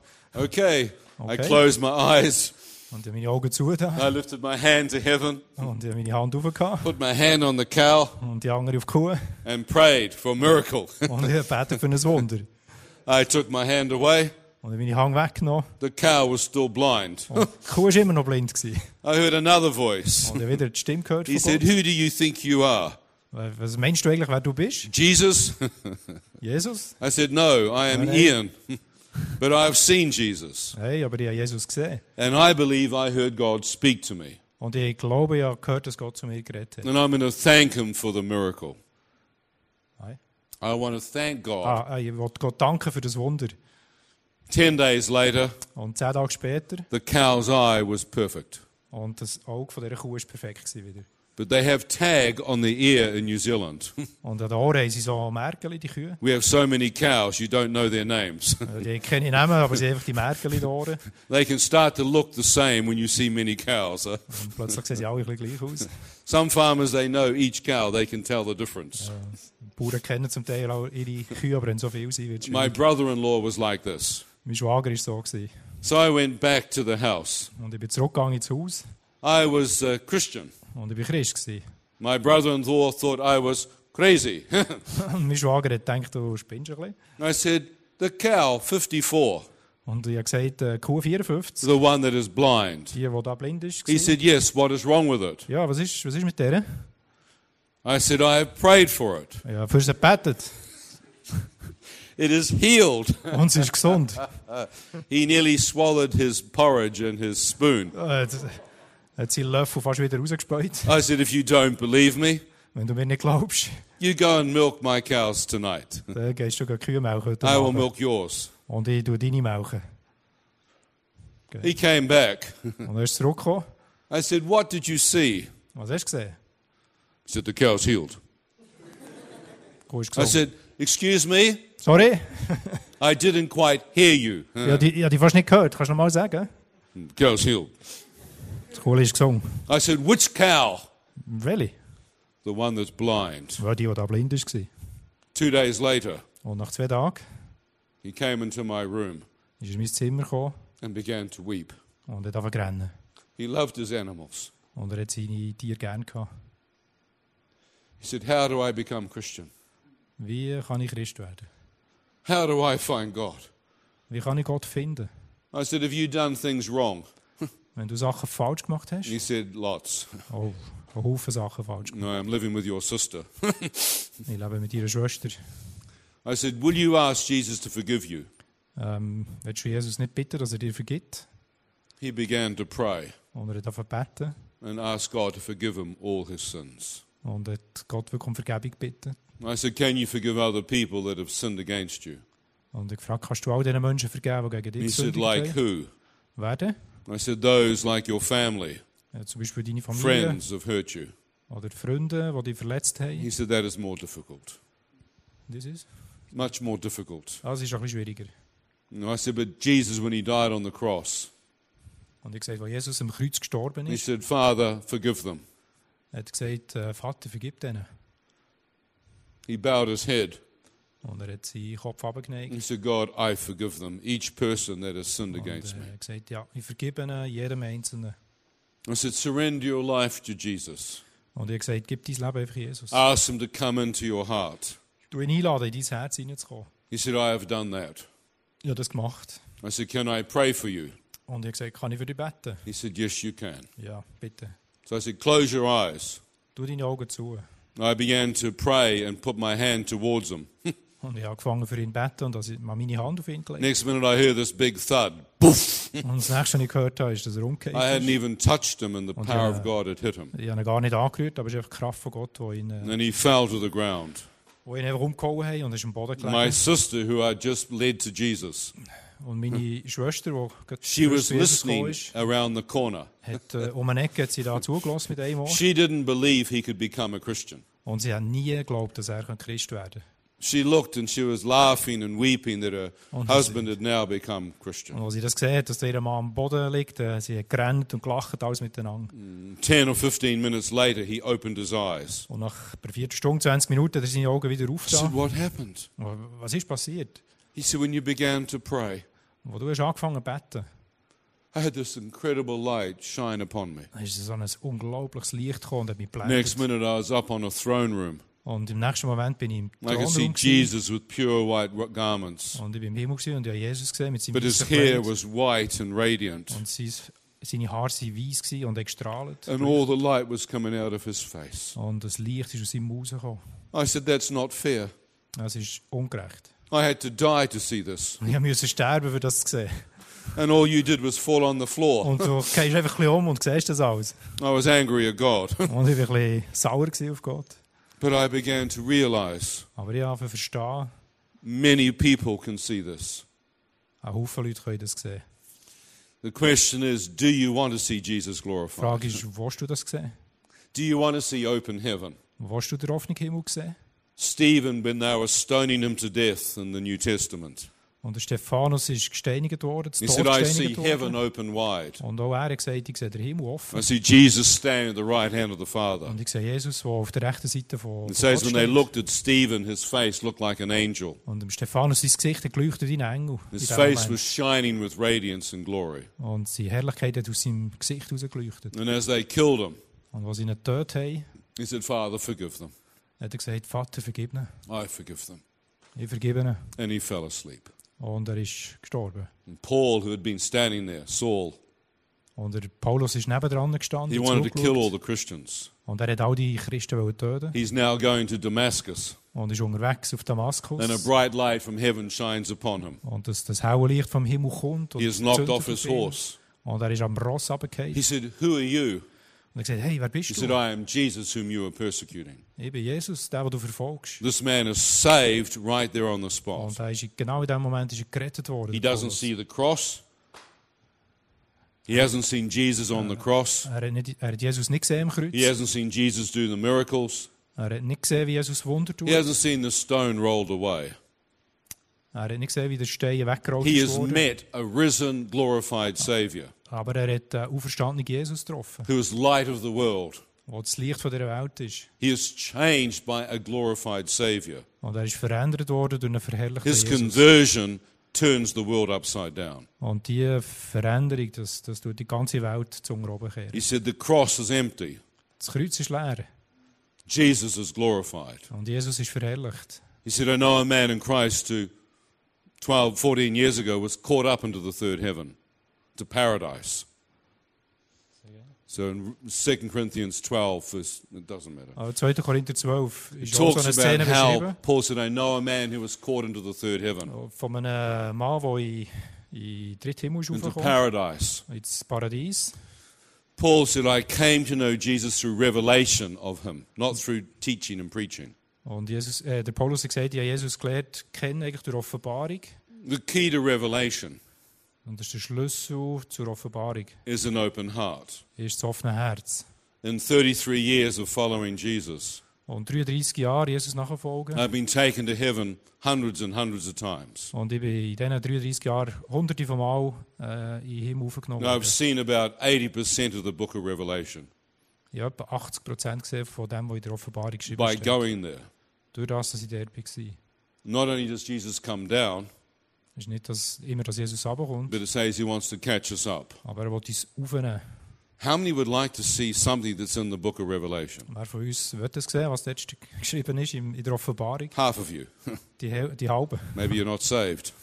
A: okay. I
B: Okay.
A: closed my eyes
B: Und ich habe meine Augen zu da
A: I lifted my hand to heaven,
B: und ich habe meine Hand hochgehauen
A: put my hand on the cow,
B: und die andere auf die Kuh.
A: and prayed for a miracle.
B: Und ich bete für ein Wunder.
A: I took my hand away.
B: Und ich habe meine Hand weggenommen.
A: The cow was still blind.
B: Und die Kuh war immer noch blind. Gewesen.
A: I heard another voice.
B: Und ich habe wieder die Stimme gehört von
A: He said,
B: Gott.
A: Who do you think you are?
B: Was meinst du eigentlich, wer du bist?
A: Jesus?
B: Jesus?
A: I said, No, I am
B: Hello.
A: Ian. But I've seen Jesus.
B: Hey, aber ich habe Jesus gesehen.
A: And I believe I heard God speak to me.
B: Und ich glaube, ich habe gehört, dass Gott zu mir geredet hat.
A: And I'm going to thank Him for the miracle.
B: Hey.
A: I want to thank God.
B: Ah, ich wollte Gott danken für das Wunder.
A: Ten days later,
B: Und zehn Tage später,
A: the cow's eye was perfect.
B: und das Auge von dieser Kuh war perfekt gewesen wieder.
A: But they have tag on the ear in New Zealand.
B: Und an den Ohren haben sie so Merkel, die Kühe.
A: we have so many cows, you don't know their names.
B: Äh, Die kenne ich nicht mehr, aber sie haben einfach die Merkel in den Ohren.
A: they can start to look the same when you see many cows. huh?
B: Und plötzlich sehen sie alle ein bisschen gleich aus.
A: Some farmers, they know each cow, they can tell the difference.
B: Die Bauern kennen zum Teil auch ihre Kühe, aber wenn so viel sind, wird es
A: My
B: schwierig.
A: brother in law was like this.
B: Mein Schwager war so. Gewesen.
A: So I went back to the house.
B: Und ich bin zurückgegangen ins Haus
A: I was a Christian.
B: und ich war Christ. Gewesen.
A: My brother in law thought I was crazy.
B: Und mein Schwager hat gedacht, du spinnst ein bisschen.
A: I said, The cow 54,
B: Und ich habe gesagt, äh, Kuh 54,
A: the one that is blind.
B: die, die da blind ist.
A: He
B: gewesen.
A: said, Yes, what is wrong with it?
B: Ja, was ist, was ist mit der?
A: I said, I have prayed for it.
B: Ja, für sie gebetet.
A: It is healed.
B: Und sie ist gesund.
A: He nearly swallowed his porridge and his spoon.
B: Äh, das- hat seinen Löffel fast wieder rausgespeut.
A: I said, If you don't believe me,
B: Wenn du mir nicht glaubst,
A: you go and milk my cows tonight.
B: dann gehst du gleich Kühe melken. heute
A: I will
B: Abend.
A: milk yours.
B: Und ich tue deine melken.
A: He came back.
B: Und er ist zurückgekommen.
A: I said, What did you see? He
B: Was hast du gesehen?
A: said, The cow's healed.
B: Die Kuh ist
A: I
B: gesund.
A: said, Excuse me?
B: Sorry?
A: I didn't quite hear you.
B: Ich habe die, ich hab die fast nicht gehört. Kannst du nochmal sagen?
A: Cow's healed.
B: Das Coole ist gesungen.
A: I said, Which cow?
B: Welche?
A: The one that's blind.
B: Weil die, die da blind war.
A: Two days later,
B: Und nach zwei Tagen
A: he came into my room
B: ist er in mein Zimmer gekommen
A: and began to weep.
B: und hat angefangen zu rennen.
A: He loved his animals.
B: Und er hat seine Tiere gerne gehabt.
A: He said, How do I become Christian?
B: Wie kann ich Christ werden?
A: How do I find God?
B: Wie kann ich Gott finden?
A: I said, Have you done things wrong?
B: Wenn du Sachen falsch gemacht hast?
A: He said, Lots.
B: Oh, ein Haufen Sachen falsch
A: No, I'm living with your sister.
B: gemacht. Ich lebe mit ihrer Schwester.
A: I said, Will you ask Jesus to forgive you?
B: Ähm, willst du Jesus nicht bitten, dass er dir vergibt?
A: He began to pray
B: Und er hat angefangen zu beten.
A: and asked God to forgive him all his sins.
B: Und hat Gott wirklich um Vergebung gebeten.
A: I said, Can you forgive other people that have sinned against you?
B: Und ich gefragt, kannst du all diesen Menschen vergeben, die gegen
A: He
B: dich
A: said, Like
B: gesündigt haben?
A: who?
B: Wer denn?
A: I said, Those like your family,
B: Ja, zum Beispiel deine Familie
A: friends have hurt you.
B: oder Freunde, die dich verletzt
A: He
B: haben.
A: said, That is more difficult.
B: Das ist,
A: Much more difficult.
B: ah, das ist ein bisschen schwieriger.
A: And I said, But Jesus, when he died on the cross,
B: Und ich gesagt, als Jesus am Kreuz gestorben
A: he
B: ist,
A: said, Father, forgive them.
B: hat er gesagt, äh, Vater, vergib denen.
A: He bowed his head.
B: Und er hat seinen Kopf abgeneigt
A: He said, God, I forgive them, each person that has sinned
B: und
A: against
B: äh,
A: me.
B: hat gesagt, ja, ich vergebe ihnen, jedem Einzelnen.
A: I said, surrender your life to Jesus.
B: Und ich habe gesagt, gib dein Leben einfach Jesus.
A: Ask him to come into your heart.
B: Du ihn einladen, in dein Herz hineinzukommen.
A: He said, I have done that.
B: Ich habe das gemacht.
A: I said, Can I pray for you?
B: Und ich habe gesagt, kann ich für dich beten?
A: He said, Yes, you can.
B: Ja, bitte.
A: So I said, Close your eyes.
B: Tu deine Augen zu.
A: I began to pray and put my hand towards him.
B: Und ich habe angefangen für ihn zu beten und habe mal meine Hand auf ihn gelegt.
A: Next minute, I hear this big thud. Poof!
B: Und das nächste, was ich gehört habe, ist, dass er umgekehrt
A: I hadn't
B: ist.
A: even touched him, and the power of God had hit him.
B: Ich habe ihn gar nicht angerührt, aber es ist einfach die Kraft von Gott, die ihn, äh,
A: And he fell to the ground.
B: die ihn einfach umgehauen hat und ist am Boden
A: My
B: gelegen.
A: sister, who I just led to Jesus,
B: Und meine Schwester, die gerade
A: she
B: frisch
A: was
B: zu Jesus gekommen
A: listening
B: ist,
A: around the corner.
B: hat äh, um eine Ecke hat sie da zugelassen mit einem Ohr.
A: She didn't believe he could become a Christian.
B: Und sie hat nie geglaubt, dass er Christ werden kann.
A: She looked and she was laughing and weeping that her
B: Unversehrt.
A: husband had now become Christian.
B: Und als sie das gesehen hat, dass der Mann am Boden liegt, äh, sie hat gerannt und gelacht, alles miteinander.
A: Mhm. Ten or fifteen minutes later, he opened his eyes.
B: Und nach einer Viertelstunde, 20 Minuten, hat er seine Augen wieder
A: I said,
B: aufgetan.
A: What happened?
B: Aber Was ist passiert?
A: He said, When you began to pray,
B: Wo du hast angefangen zu beten.
A: I had this incredible light shine upon me.
B: Dann ist so ein unglaubliches Licht gekommen und hat mich
A: Next
B: geblendet.
A: minute, I was up on a throne room.
B: Und im nächsten Moment bin ich im
A: I could see
B: Thronraum gewesen.
A: Jesus with pure white ro- garments,
B: und ich bin im Himmel gewesen und ich habe Jesus gesehen mit seinem
A: but his
B: weißen
A: hair
B: Kleid.
A: was white and radiant,
B: Und sein, seine Haare waren weiss gewesen und er gestrahlt.
A: and all the light was coming out of his face.
B: Und das Licht ist aus seinem Maus gekommen.
A: I said, That's not fair.
B: Das ist ungerecht.
A: I had to die to see this.
B: Ich musste sterben, für das zu sehen.
A: And all you did was fall on the floor.
B: Und du gehst einfach ein bisschen um und siehst das alles.
A: I was angry at God,
B: Und ich war ein bisschen sauer gewesen auf Gott.
A: but I began to realize
B: Aber ich habe verstanden,
A: many people can see this.
B: ein Haufen Leute können das sehen.
A: The question is, do you want to see Jesus
B: Die Frage
A: glorified?
B: ist, willst du das sehen?
A: Do you want to see open heaven?
B: Willst du den offenen Himmel sehen?
A: Stephen, when they were stoning him to death in the New Testament,
B: Und der Stephanus ist gesteinigt worden, zu
A: he
B: Tod
A: said, I see
B: gesteinigt
A: heaven
B: worden.
A: open wide.
B: Und auch er hat gesagt, ich sehe den Himmel offen.
A: I see Jesus standing at the right hand of the Father.
B: Und ich sehe Jesus, der auf der rechten Seite von, von
A: It says, when
B: Gott
A: they
B: steht.
A: looked at Stephen, his face looked like an angel.
B: Und dem Stephanus, sein Gesicht hat geleuchtet wie ein Engel. in
A: His
B: diesem
A: face
B: Moment.
A: was shining with radiance and glory.
B: Und seine Herrlichkeit hat aus seinem Gesicht rausgeleuchtet.
A: And as they killed him,
B: Und als sie ihn getötet haben,
A: he said, Father, forgive them.
B: hat er gesagt, Vater, vergib ihnen.
A: I forgive them.
B: Ich vergebe ihnen.
A: And he fell asleep.
B: Und er ist gestorben.
A: And Paul, who had been standing there, Saul,
B: Und der Paulus ist nebendran gestanden.
A: he wanted to
B: zurückgeschaut.
A: kill all the Christians.
B: Und er hat all die Christen wollen töten
A: He's now going to Damascus,
B: und ist unterwegs auf Damaskus.
A: and a bright light from heaven shines upon him.
B: und dass das helle Licht vom Himmel kommt. Und
A: He is knocked
B: zündet
A: off
B: auf
A: his
B: ihn.
A: horse.
B: Und er ist am Ross runtergefallen.
A: He said, Who are you?
B: Und er sagt, hey, wer
A: He
B: bist
A: said,
B: du?
A: I am Jesus, whom you are persecuting.
B: Ich bin Jesus, der, den du verfolgst.
A: This man is saved right there on the
B: Und
A: spot.
B: er ist, genau in dem Moment ist er gerettet worden.
A: He
B: der
A: doesn't
B: Paulus.
A: see the cross. He hasn't seen Jesus on the cross.
B: er, hat nicht, er hat Jesus nicht gesehen am Kreuz.
A: He hasn't seen Jesus do the miracles.
B: Er hat nicht gesehen, wie Jesus Wunder tut.
A: He hasn't seen the stone rolled away.
B: Er hat nicht gesehen, wie der Stein weggerollt
A: He
B: ist
A: has
B: worden.
A: met a risen, glorified Savior
B: Aber er hat den auferstandenen Jesus eh, getroffen,
A: who is light of the world.
B: der das Licht von dieser Welt ist.
A: He is changed by a glorified Savior.
B: Und er ist verändert worden durch einen verherrlichten
A: His
B: Jesus.
A: conversion turns the world upside down.
B: Und diese Veränderung, das, das tut die ganze Welt zum Roben kehren.
A: He said, The cross is empty.
B: Das Kreuz ist leer
A: Jesus is glorified.
B: und Jesus ist verherrlicht.
A: He said, I know a man in Christ who 12, 14 years ago was caught up into the third heaven, to paradise. So in 2 Corinthians 12, verse, it doesn't matter.
B: Aber 2. Oh, Korinther 12
A: It
B: ist auch so
A: talks about
B: eine Szene
A: how
B: beschrieben,
A: Paul said, I know a man who was caught into the third heaven,
B: von einem Mann, der eh, in, in den dritten Himmel ist
A: into
B: raufgekommen,
A: paradise.
B: ins Paradies.
A: Paul said, I came to know Jesus through revelation of him, not through teaching and preaching.
B: Und Jesus, äh, der Paulus hat gesagt, ich habe Jesus gelernt kennen eigentlich durch Offenbarung.
A: The key to revelation
B: Und das ist der Schlüssel zur Offenbarung,
A: is an open heart.
B: ist das offene Herz.
A: In 33 years of following Jesus,
B: Und 33 Jahre Jesus nachfolgen.
A: I've been taken to heaven hundreds and hundreds of times.
B: Und ich bin in diesen 33 Jahren hunderte von Mal äh, in den Himmel aufgenommen.
A: Now, I've
B: worden.
A: seen about 80% of the book of Revelation
B: Ich habe etwa 80 Prozent gesehen von dem, was in der Offenbarung geschrieben
A: by
B: steht.
A: going there.
B: Durch das, dass ich dort war. Es ist
A: Not only does Jesus come down,
B: nicht dass immer, dass Jesus runterkommt,
A: but it says he wants to catch us up.
B: aber er will uns aufnehmen.
A: How many would like to see something that's in the book of Revelation?
B: Wer von uns will das sehen, was dort st- geschrieben ist im- in der Offenbarung?
A: Half of you.
B: Die, Hel- die halben.
A: Maybe you're not saved.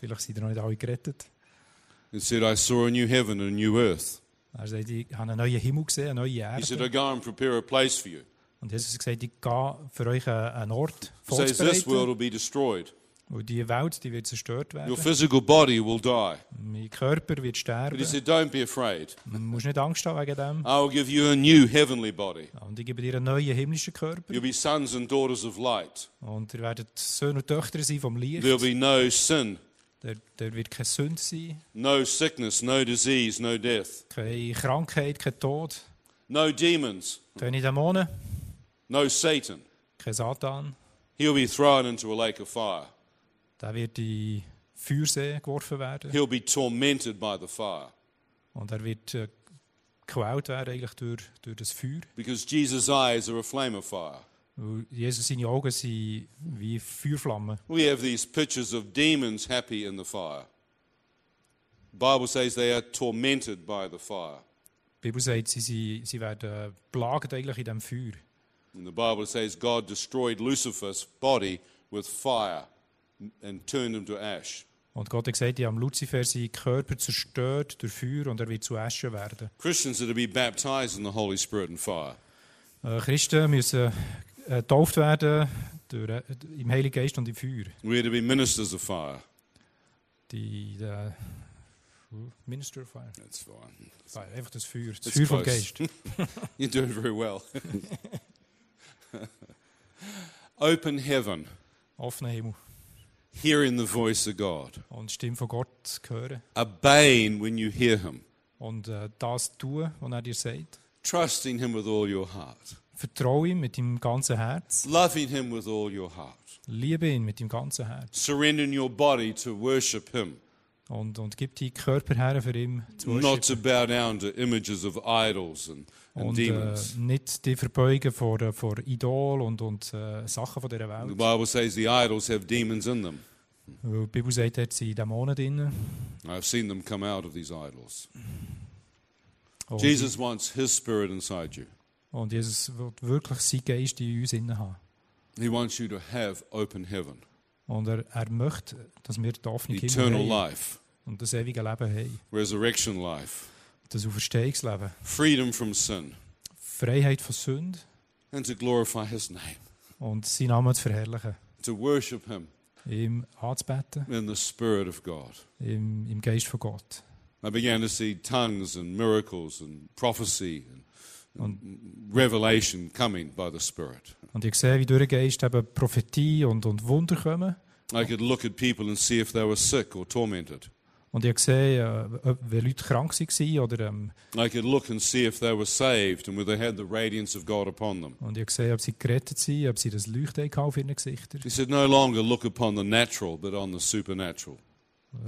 B: Vielleicht sind ihr noch nicht alle gerettet.
A: It said, I saw a new heaven and a new earth.
B: Er sagt, ich habe einen neuen Himmel gesehen, eine neue
A: He said, I
B: Erde.
A: go and prepare a place for you.
B: Und Jesus hat gesagt, ich gehe für euch einen einen Ort
A: It says this world
B: vorzubereiten.
A: will be destroyed.
B: Und die Welt die wird zerstört
A: Your
B: werden.
A: physical body will die.
B: Mein Körper
A: But
B: wird
A: he
B: sterben.
A: said, Don't be afraid.
B: Man muss nicht Angst haben wegen dem.
A: I will give you a new heavenly body.
B: Und ich gebe dir einen neuen himmlischen Körper.
A: You'll be sons and daughters of light.
B: Und ihr werdet Söhne und Töchter sein vom Licht.
A: There'll be no sin,
B: Der, der wird keine Sünde sein,
A: no sickness, no disease, no death,
B: keine Krankheit, kein Tod,
A: no demons,
B: keine Dämonen,
A: no Satan.
B: kein Satan.
A: He'll be thrown into a lake of fire.
B: Der wird in Feuersee geworfen werden.
A: He'll be tormented by the fire
B: Und er wird äh, gequält werden eigentlich durch, durch das Feuer.
A: because Jesus' eyes are a flame of fire.
B: Weil Jesus seine Augen sind wie Feuerflammen.
A: We have these pictures of demons happy in the fire. Bible says they are tormented by the fire.
B: Die Bibel sagt, sie, sie, sie werden äh, plagt eigentlich in dem Feuer.
A: And the Bible says God destroyed Lucifer's body with fire and turned him to ash.
B: Und Gott hat gesagt, ich habe Luzifer seinen Körper zerstört durch Feuer und er wird zu Asche werden.
A: Christians are to be baptized in the Holy Spirit and fire.
B: Äh, Christen müssen äh, getauft werden durch, äh, im Heiligen Geist und im Feuer.
A: We are to be ministers of fire.
B: Die, der- Who? Minister of Fire.
A: That's fine.
B: Fire, Einfach das Feuer. Das
A: That's
B: Feuer vom
A: close.
B: Geist.
A: You're doing very well. Open heaven,
B: Offener Himmel.
A: hearing the voice of God,
B: Und die Stimme von Gott hören.
A: obeying when you hear Him,
B: Und äh, das tun, was er dir sagt.
A: trusting Him with all your heart,
B: Vertraue ihm mit deinem ganzen Herz.
A: loving Him with all your heart,
B: Liebe ihn mit deinem ganzen Herz.
A: surrendering your body to worship Him,
B: Und, und gib deinen Körper her für ihn zu
A: not
B: worshipen.
A: to bow down to images of idols and, and uh,
B: Und äh,
A: demons.
B: nicht dich verbeugen vor, äh, vor Idol und, und äh, Sachen von dieser
A: The
B: Welt.
A: Bible says the idols have demons in them.
B: Weil die Bibel sagt, dort sind Dämonen drin.
A: I've seen them come out of these idols.
B: Und,
A: Jesus wants His Spirit inside you.
B: und Jesus wird wirklich seinen Geist in uns drin haben.
A: He wants you to have open heaven,
B: Und er, er möchte, dass wir die Hoffnung
A: eternal
B: haben
A: life,
B: und das ewige Leben haben.
A: resurrection life,
B: Das Auferstehungsleben.
A: freedom from sin,
B: Freiheit von Sünde
A: and to glorify His name,
B: und seinen Namen zu verherrlichen.
A: to worship Him
B: Ihm anzubeten,
A: in the Spirit of God.
B: im, im Geist von Gott.
A: I began to see tongues and miracles and prophecy and
B: Und,
A: revelation coming by the Spirit.
B: und ich sehe, wie durch den Geist eben Prophetie und, und Wunder kommen.
A: I could look at people and see if they were sick or tormented.
B: Und ich sehe, äh, ob- wenn Leute krank waren oder ähm,
A: I could look and see if they were saved and whether they had the radiance of God upon them.
B: Und ich habe gesehen, ob sie gerettet sind, ob sie das Leuchten hatten auf ihren Gesichtern.
A: He said, No longer look upon the natural, but on the supernatural,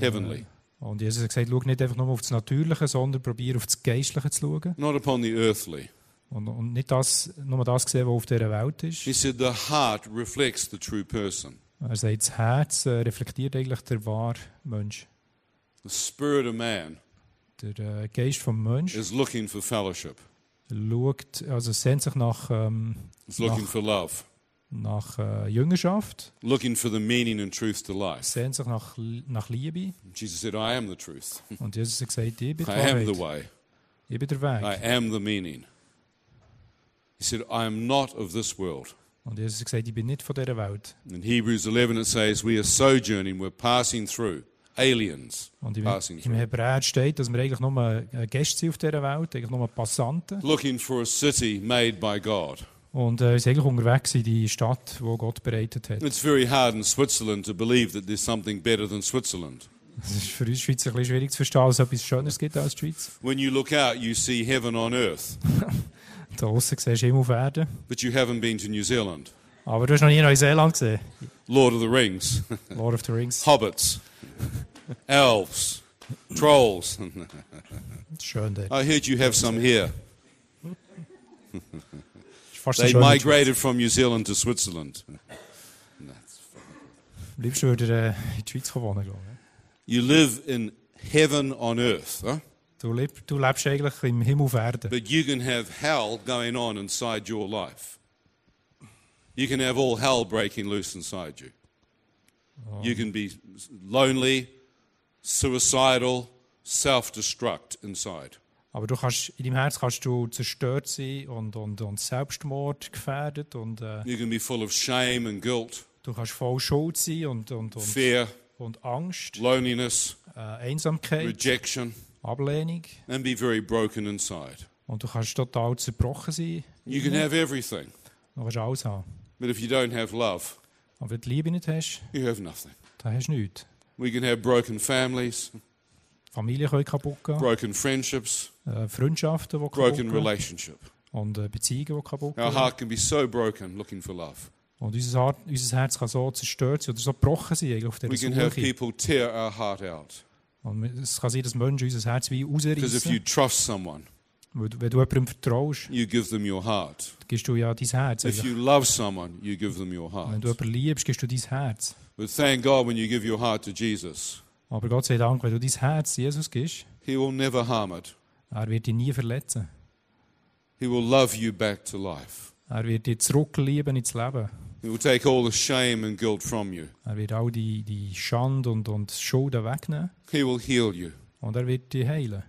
A: heavenly.
B: Und Jesus hat gesagt, schau nicht einfach nur auf das Natürliche, sondern probier auf das Geistliche zu schauen.
A: Not upon the earthly.
B: Und, und nicht das, nur das sehen, was auf dieser Welt ist.
A: He said, The heart reflects the true person.
B: Er sagt, das Herz äh, reflektiert eigentlich der wahre Mensch.
A: The spirit of man
B: Der äh, Geist vom Mensch
A: is looking for fellowship,
B: schaut, also sehnt sich nach, ähm,
A: it's looking
B: Nach-
A: for love,
B: nach äh, Jüngerschaft,
A: looking for the meaning and truth to life.
B: sehnt sich nach, nach Liebe.
A: Jesus said, I am the truth.
B: Und Jesus hat gesagt, ich bin die
A: I am the
B: Wahrheit,
A: way.
B: ich bin der
A: I
B: Weg.
A: am the meaning. He said, I am not of this world.
B: Und Jesus hat gesagt, ich bin nicht von dieser Welt.
A: In Hebrews 11, it says, We are sojourning, we're passing through, aliens
B: Und im,
A: passing
B: im
A: through,
B: Hebräer steht, dass wir eigentlich nur äh, Gäste sind auf dieser Welt, eigentlich nur Passanten.
A: looking for a city made by God.
B: Und äh, wir sind eigentlich unterwegs in die Stadt, die Gott bereitet hat.
A: It's very hard in Switzerland to believe that there's something better than Switzerland.
B: Es ist für uns Schweizer ein bisschen schwierig zu verstehen, dass es etwas Schöneres gibt als die Schweiz.
A: When you look out, you see heaven on earth,
B: Da aussen siehst du Himmel auf Erden.
A: but you haven't been to New Zealand.
B: Aber du hast noch nie Neuseeland gesehen.
A: Lord of the Rings,
B: Lord of the Rings.
A: hobbits, elves, trolls.
B: Schön dort.
A: I heard you have some here.
B: Ist fast so
A: They
B: schön. wie die
A: migrated from New Zealand to Switzerland.
B: Schweiz. Am liebsten würde er äh, in die Schweiz kommen wohnen, glaube ich.
A: You live in heaven on earth, huh?
B: Du, leb, du lebst eigentlich im Himmel auf Erden.
A: But you can have hell going on inside your life. You can have all hell breaking loose inside you. You can be lonely, suicidal, self destruct inside.
B: Aber du kannst, in deinem Herz kannst du zerstört sein und, und, und Selbstmord gefährdet und... Äh,
A: You can be full of shame and guilt,
B: Du kannst voll Schuld sein und, und, und,
A: fear,
B: und Angst,
A: loneliness,
B: äh, Einsamkeit,
A: rejection,
B: Ablehnung.
A: and be very broken inside.
B: Und du kannst total zerbrochen sein.
A: You can have everything,
B: Du kannst alles haben.
A: but if you don't have love,
B: Aber wenn du die Liebe nicht hast,
A: you have nothing.
B: dann hast du nichts.
A: We can have broken families,
B: Die Familie kann kaputt gehen,
A: broken friendships,
B: äh, Freundschaften, die kaputt
A: broken
B: gehen
A: relationship.
B: und äh, Beziehungen, die kaputt
A: Our
B: gehen.
A: heart can be so broken looking for love.
B: Und unser, Hart, unser Herz kann so zerstört sein oder so gebrochen sein eigentlich auf
A: We
B: dieser
A: can have
B: Suche.
A: people tear our heart out.
B: Und es kann sein, dass Menschen unser Herz wie
A: Because if you
B: rausreißen.
A: trust someone,
B: Weil du- Wenn du jemandem vertraust,
A: you give them your heart.
B: gibst du ja dein Herz.
A: If
B: Eigentlich.
A: you love someone, you give them your
B: Wenn
A: heart.
B: du jemanden liebst, gibst du dein Herz.
A: But thank God when you give your heart to Jesus,
B: Aber Gott sei Dank, wenn du dein Herz Jesus gibst,
A: He will never harm it.
B: er wird dich nie verletzen.
A: He will love you back to life.
B: Er wird dich zurücklieben ins Leben.
A: He will take all the shame and guilt from you.
B: Er wird all die, die Schande und, und Schulden wegnehmen
A: He will heal you.
B: und er wird dich heilen.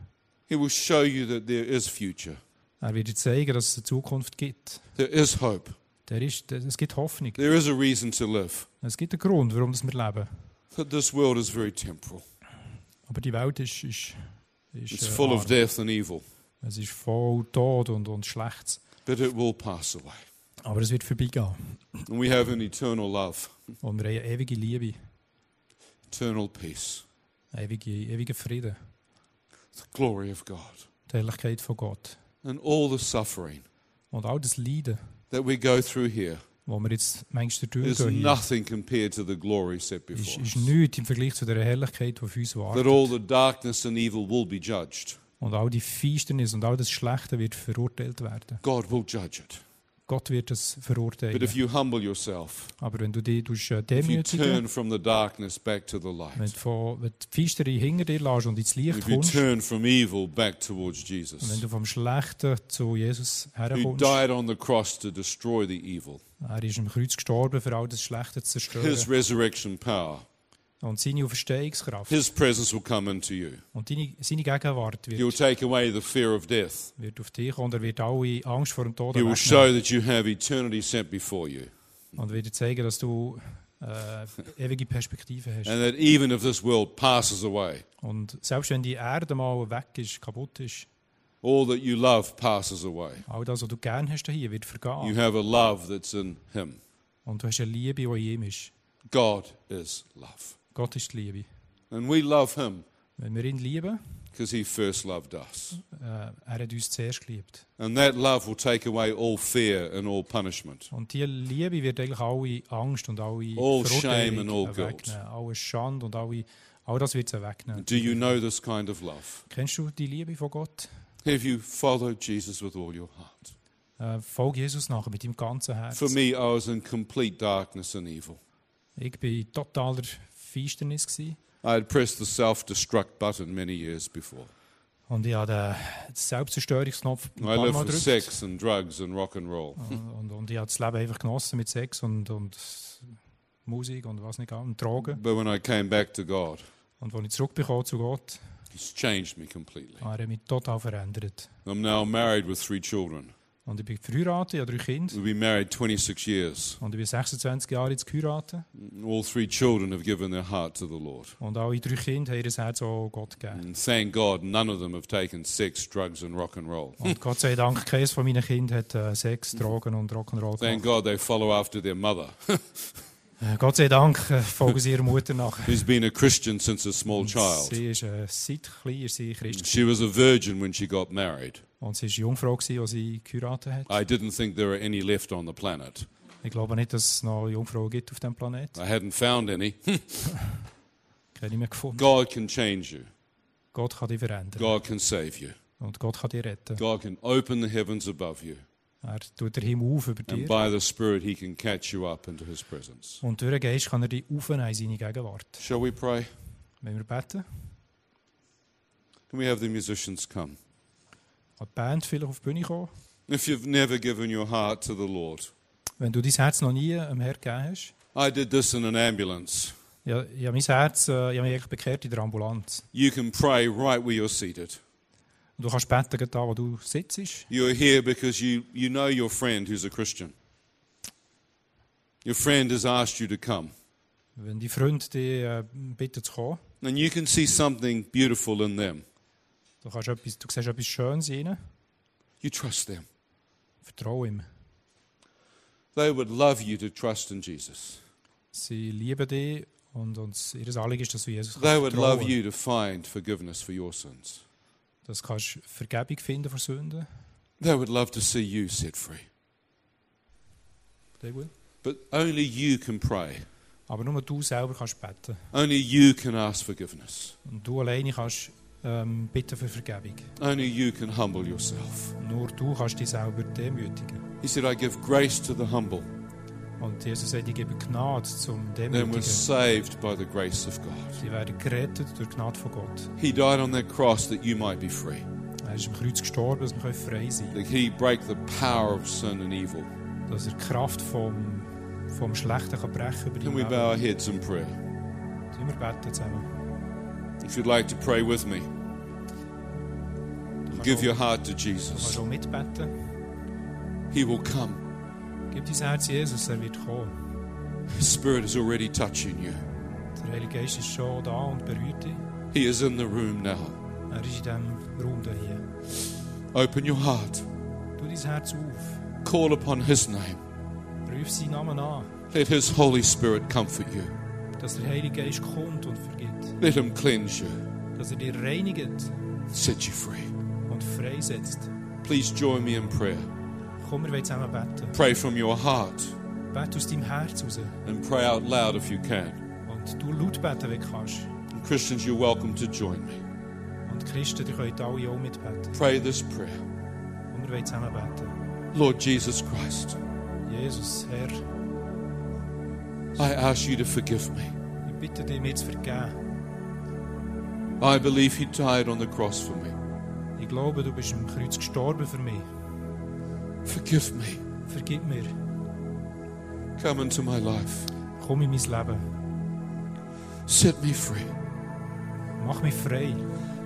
A: He will show you that there is future.
B: Er wird dir zeigen, dass es eine Zukunft gibt.
A: There is hope.
B: Der ist, es gibt Hoffnung.
A: There is a reason to live.
B: Es gibt einen Grund, warum das wir leben.
A: But this world is very temporal.
B: Aber die Welt ist, ist, ist
A: It's
B: äh,
A: full of
B: arm.
A: death and evil,
B: es ist voll Tod und, und Schlechtes.
A: but it will pass away.
B: Aber es wird vorbeigehen.
A: And we have an eternal love,
B: Und wir haben eine ewige Liebe,
A: eternal peace,
B: einen ewigen ewige Frieden,
A: the glory of God,
B: die Herrlichkeit von Gott.
A: and all the suffering
B: Und all das Leiden,
A: that we go through here
B: wo wir jetzt manchmal
A: is
B: durchgehen, hier,
A: nothing compared to the glory set
B: ist,
A: before
B: ist
A: us.
B: nichts im Vergleich zu der Herrlichkeit, die auf uns
A: That all
B: wartet.
A: the darkness and evil will be judged.
B: Und all die Finsternis und all das Schlechte wird verurteilt werden. dus
A: God will judge it.
B: Gott wird es
A: But if
B: verurteilen.
A: you humble yourself,
B: Aber wenn du dich tust, äh,
A: if you
B: demütigen,
A: turn from the darkness back to the
B: wenn
A: light,
B: du von- wenn du die Finsternis hinter dir lässt und ins Licht
A: if you
B: kommst,
A: turn from evil back towards
B: Und wenn
A: Jesus,
B: du vom Schlechten zu Jesus
A: who
B: herkommst,
A: died on the cross to destroy the evil,
B: er ist am Kreuz gestorben, für all das Schlechte zu
A: his
B: zerstören.
A: resurrection power,
B: Und seine Auferstehungskraft
A: his presence will come into you.
B: und deine, seine Gegenwart
A: He will
B: wird,
A: take away the fear of death.
B: wird auf dich kommen und er wird alle Angst vor dem Tod
A: He will
B: wegnehmen.
A: show that you have eternity set before you.
B: Und wird dir zeigen, dass du äh, ewige Perspektive hast.
A: And that even if this world passes away,
B: Und selbst wenn die Erde mal weg ist, kaputt ist,
A: all that you love passes away.
B: all das, was du gern hast hier, wird
A: You
B: vergehen.
A: have a love that's in him.
B: Und du hast eine Liebe, die in ihm ist.
A: God is love.
B: Gott ist die Liebe.
A: And we love him
B: Wenn wir ihn lieben,
A: because he first loved us.
B: äh, er hat uns zuerst geliebt.
A: And that love will take away all fear and all punishment.
B: Und diese Liebe wird eigentlich alle Angst und alle
A: All
B: Verurteilung
A: shame and all guilt.
B: wegnehmen. Alle Schande und alle, all das wird es wegnehmen.
A: Do you know this kind of love?
B: Kennst du die Liebe von Gott?
A: Have you followed Jesus with all your heart?
B: Äh, folge Jesus nach mit deinem ganzen
A: For
B: Herzen.
A: me, I was in complete darkness and evil.
B: Ich war in totaler Finsternis gewesen
A: I had pressed the self destruct button many years before.
B: und ich habe den Selbstzerstörungsknopf ein
A: I
B: paar
A: lived
B: Mal
A: with
B: gedrückt.
A: sex and drugs and rock and roll.
B: Und, und, und ich habe das Leben einfach genossen mit Sex und, und Musik und was nicht, und Drogen.
A: But when I came back to God,
B: Und als ich zurückbekomme zu Gott,
A: He's changed me completely.
B: hat er mich total verändert.
A: I'm now married with three children.
B: Und ich bin verheiratet, ich habe drei Kinder.
A: We've been married 26 years.
B: Und ich bin 26 Jahre jetzt geheiratet
A: All three children have given their heart to the Lord.
B: und alle drei Kinder haben ihr Herz auch Gott gegeben.
A: And thank God, none of them have taken sex, drugs, and rock and roll.
B: Und Gott sei Dank, keines von meinen Kindern hat äh, Sex, Drogen und Rock'n'Roll
A: Thank
B: gemacht.
A: God they follow after their mother,
B: Äh, Gott sei Dank äh, folgen sie ihrer Mutter nach.
A: who's been a Christian since a small
B: Und
A: child.
B: Sie ist äh, seit klein ist sie Christ
A: She was a virgin when she got married.
B: und sie war Jungfrau, gewesen, als sie geheiratet hat.
A: I didn't think there were any left on the planet.
B: Ich glaube nicht, dass es noch Jungfrauen gibt auf dem Planeten.
A: I hadn't found any.
B: Keine mehr gefunden.
A: God can change you.
B: Gott kann dich verändern
A: God can save you.
B: und Gott kann dich retten.
A: God can open the heavens above you.
B: Er tut den Himmel auf über
A: And
B: dir
A: by the Spirit, He can catch you up into His presence.
B: und durch den Geist kann er dich aufnehmen in seine Gegenwart.
A: Shall we pray?
B: Wenn wir beten,
A: Can we have the musicians come?
B: kann die Band vielleicht auf die Bühne kommen.
A: If you've never given your heart to the Lord,
B: Wenn du dein Herz noch nie dem Herrn gegeben hast,
A: I did this in an ambulance.
B: ja, ich habe mein Herz, äh, ich habe mich eigentlich bekehrt in der Ambulanz.
A: You can pray right where you're seated.
B: Und du kannst beten, gerade da, wo du sitzt.
A: You're here because you, you know your friend who's a Christian. Your friend has asked you to come.
B: Wenn die Freunde dich äh, bitten zu kommen,
A: And you can see something beautiful in them.
B: du, kannst etwas, du siehst etwas Schönes in ihnen,
A: You trust them.
B: vertraue ihm.
A: They would love you to trust in Jesus.
B: Sie lieben dich und, und ihr Anliegen ist, dass du Jesus
A: They would love
B: vertrauen.
A: you to find forgiveness for your sins.
B: Dass kannst du Vergebung finden für Sünden.
A: They would love to see you set free.
B: They will.
A: But only you can pray.
B: Aber nur du selber kannst beten.
A: Only you can ask forgiveness.
B: Und du alleine kannst ähm, bitten für Vergebung.
A: Only you can humble yourself.
B: Nur du kannst dich selber demütigen.
A: He said, I give grace to the humble
B: Und Jesus sagt, ich gebe Gnade zum
A: Then we're
B: Demütigen.
A: saved by the grace of God.
B: Die werden gerettet durch die Gnade von Gott.
A: He died on that cross that you might be free,
B: Er ist am Kreuz gestorben, dass wir können frei sein
A: that He break the power of sin and evil.
B: können. Dass er die Kraft vom, vom Schlechten kann brechen über die
A: Can we bow our heads in prayer?
B: Sollen wir beten zusammen?
A: If you'd like to pray with me, give your heart to Jesus.
B: Kannst du auch mitbeten?
A: He will come.
B: Gib dein Herz Jesus, er wird kommen.
A: His Spirit is already touching you.
B: Der Heilige Geist ist schon da und berührt dich.
A: He is in the room now.
B: Er ist in diesem Raum da hier.
A: Open your heart.
B: Tu dein Herz auf.
A: Call upon His name.
B: Ruf seinen Namen an,
A: Let His Holy Spirit comfort you.
B: dass der Heilige Geist kommt und vergibt.
A: Let Him cleanse you,
B: Dass er dich reinigt
A: set you free.
B: und freisetzt.
A: Please join me in prayer.
B: Komm, wir wollen zusammen beten.
A: Pray from your heart
B: Bete aus deinem Herz raus.
A: and pray out loud if you can.
B: Und du laut beten, wenn du kannst.
A: And Christians, you're welcome to join me.
B: Und die Christen, die können alle auch mitbeten.
A: Pray this prayer
B: Und wir wollen zusammen beten.
A: Lord Jesus Christ,
B: Jesus, Herr,
A: I ask you to forgive me.
B: ich bitte dich, mir zu vergeben.
A: I believe He died on the cross for me.
B: Ich glaube, du bist am Kreuz gestorben für mich.
A: Forgive me.
B: Vergib mir.
A: Come into my life.
B: Komm in mein Leben.
A: Set me free.
B: Mach mich frei.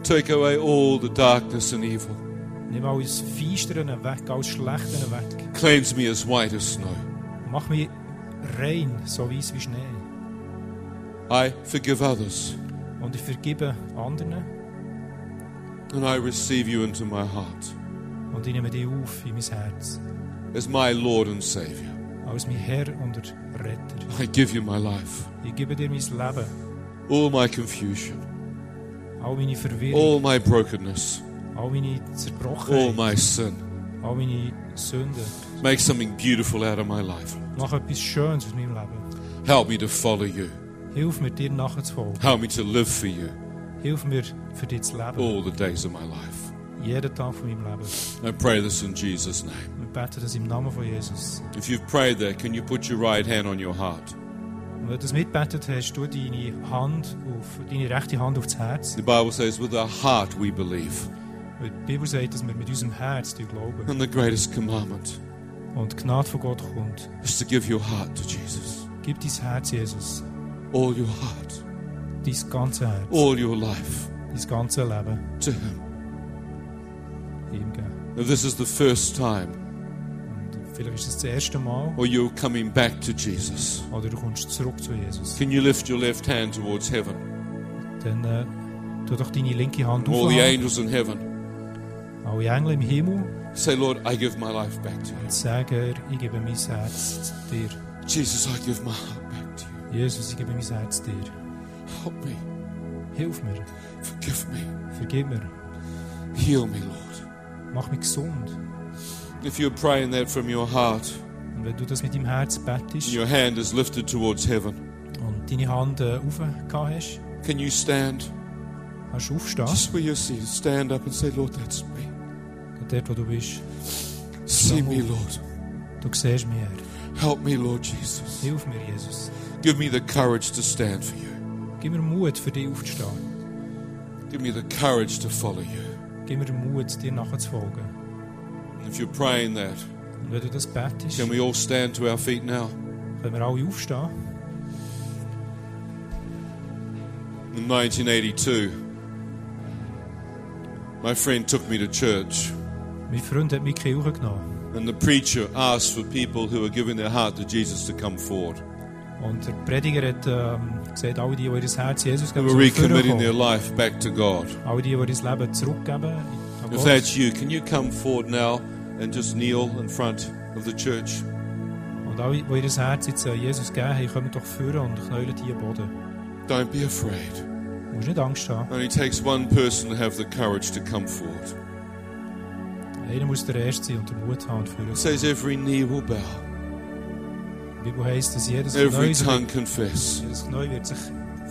A: Take away all the darkness and evil.
B: Nimm alles Feisteren weg, alles Schlechten weg.
A: Cleanse me as white as snow.
B: Mach mich rein, so weiss wie Schnee.
A: I forgive others
B: Und ich vergebe anderen.
A: and I receive you into my heart
B: Und ich nehme dich auf in mein Herz.
A: as my Lord and Savior.
B: Als mein Herr und der Retter.
A: I give you my life,
B: Ich gebe dir mein Leben.
A: all my confusion,
B: All meine Verwirrung.
A: all my brokenness,
B: All meine
A: all
B: Zerbrochenheit.
A: my sin.
B: All meine Sünden.
A: Make something beautiful out of my life.
B: Mach etwas Schönes aus meinem Leben.
A: Help me to follow you.
B: Hilf mir, dir nachzufolgen.
A: Help me to live for you
B: Hilf mir, für dich zu leben.
A: all the days of my life.
B: Jeden Tag von meinem Leben.
A: I pray this in Jesus' name.
B: Wir beten das im Namen von Jesus.
A: If you've prayed that, can you put your right hand on your heart?
B: Und wenn du das mitbetet hast, tu deine Hand auf, deine rechte Hand aufs Herz.
A: The Bible says, with our heart we believe.
B: Weil die Bibel sagt, dass wir mit unserem Herz glauben.
A: And the greatest commandment
B: Und die Gnade von Gott kommt.
A: is to give your heart to Jesus.
B: Gib dein Herz, Jesus.
A: All your heart,
B: Dein ganze Herz.
A: all your life
B: Dein ganze Leben
A: to Him.
B: ihm geben.
A: If this is the first time
B: Und vielleicht ist es das erste Mal.
A: or you're coming back to Jesus,
B: Oder du kommst zurück zu Jesus.
A: can you lift your left hand towards heaven?
B: Dann äh, tu doch deine linke Hand
A: All the
B: auf.
A: angels in heaven
B: Alle Engel im Himmel.
A: say, Lord, I give my life back to you.
B: und sage ihr, ich gebe mein Herz dir.
A: Jesus, I give my heart back to you.
B: Jesus, ich gebe mein Herz dir.
A: Help me,
B: Hilf mir,
A: forgive me,
B: vergib mir,
A: heal me, Lord.
B: mach mich gesund.
A: If you're praying that from your heart,
B: Und wenn du das mit deinem Herz
A: and
B: bettest
A: your hand is lifted towards heaven,
B: und deine Hand äh, aufgehauen hast,
A: can you stand
B: kannst du aufstehen.
A: just where you're seated? Stand up and say, Lord, that's me.
B: Dort, wo du bist,
A: See me, Lord.
B: du siehst mich, Herr.
A: Help me, Lord Jesus.
B: Hilf mir, Jesus.
A: Give me the courage to stand for you.
B: Gib mir Mut, für dich aufzustehen.
A: Give me the courage to follow you.
B: Gib mir Mut, dir nachzufolgen.
A: If you're praying that,
B: Und wenn du das bettest,
A: can we all stand to our feet now?
B: können wir alle aufstehen.
A: In 1982, my friend took me to church,
B: Mein Freund hat mich in die Kirche genommen.
A: and the preacher asked for people who were giving their heart to Jesus to come forward,
B: Und der Prediger hat ähm, gesagt, alle die, die ihr Herz Jesus
A: who
B: geben,
A: were
B: sollen
A: recommitting
B: vorkommen.
A: their life back to God.
B: All die, die ihr Leben zurückgeben an
A: If
B: Gott.
A: that's you, can you come forward now and just kneel in front of the church?
B: Und alle, die ihr Herz jetzt an Jesus gegeben haben, kommen doch führen und knäulen hier am Boden.
A: Don't be afraid.
B: Du musst nicht Angst haben.
A: Only takes one person to have the courage to come forward.
B: Einer muss der Erste sein und den Mut haben und
A: It
B: führen.
A: says every knee will bow,
B: Die Bibel heisst, dass jedes
A: every
B: Knäuel,
A: tongue confess
B: jedes Knäuel wird sich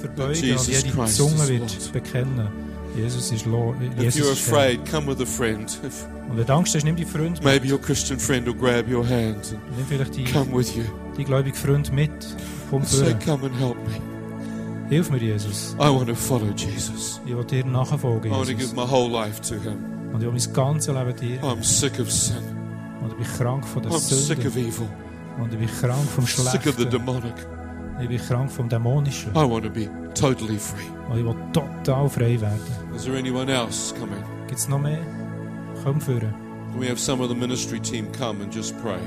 B: verbeugen und
A: Jesus
B: jede
A: Christ
B: Zunge
A: is
B: wird
A: Lord.
B: bekennen. Jesus ist lo
A: If you're
B: Jesus ist Herr.
A: afraid, come with a friend. If
B: Und wenn du Angst hast, nimm die Freund mit.
A: maybe your Christian friend will grab your hand and
B: Nimm vielleicht die,
A: come with you
B: die gläubigen Freund mit. Komm
A: and say,
B: vor.
A: Come and help me.
B: Hilf mir, Jesus.
A: I want to follow Jesus.
B: Ich will dir nachfolgen,
A: I want to
B: Jesus.
A: give my whole life to Him.
B: Und ich will mein ganzes Leben dir.
A: I'm sick of sin.
B: Und ich bin krank von der
A: I'm Oh. sick
B: Sünde.
A: of evil.
B: Und ich bin krank vom
A: Sick of the
B: Schlechten.
A: demonic.
B: Ich bin krank vom Dämonischen.
A: I want to be totally free.
B: Und ich will total frei werden.
A: Is there anyone else coming?
B: Gibt es noch mehr? Komm führen.
A: Can we have some of the ministry team come and just pray?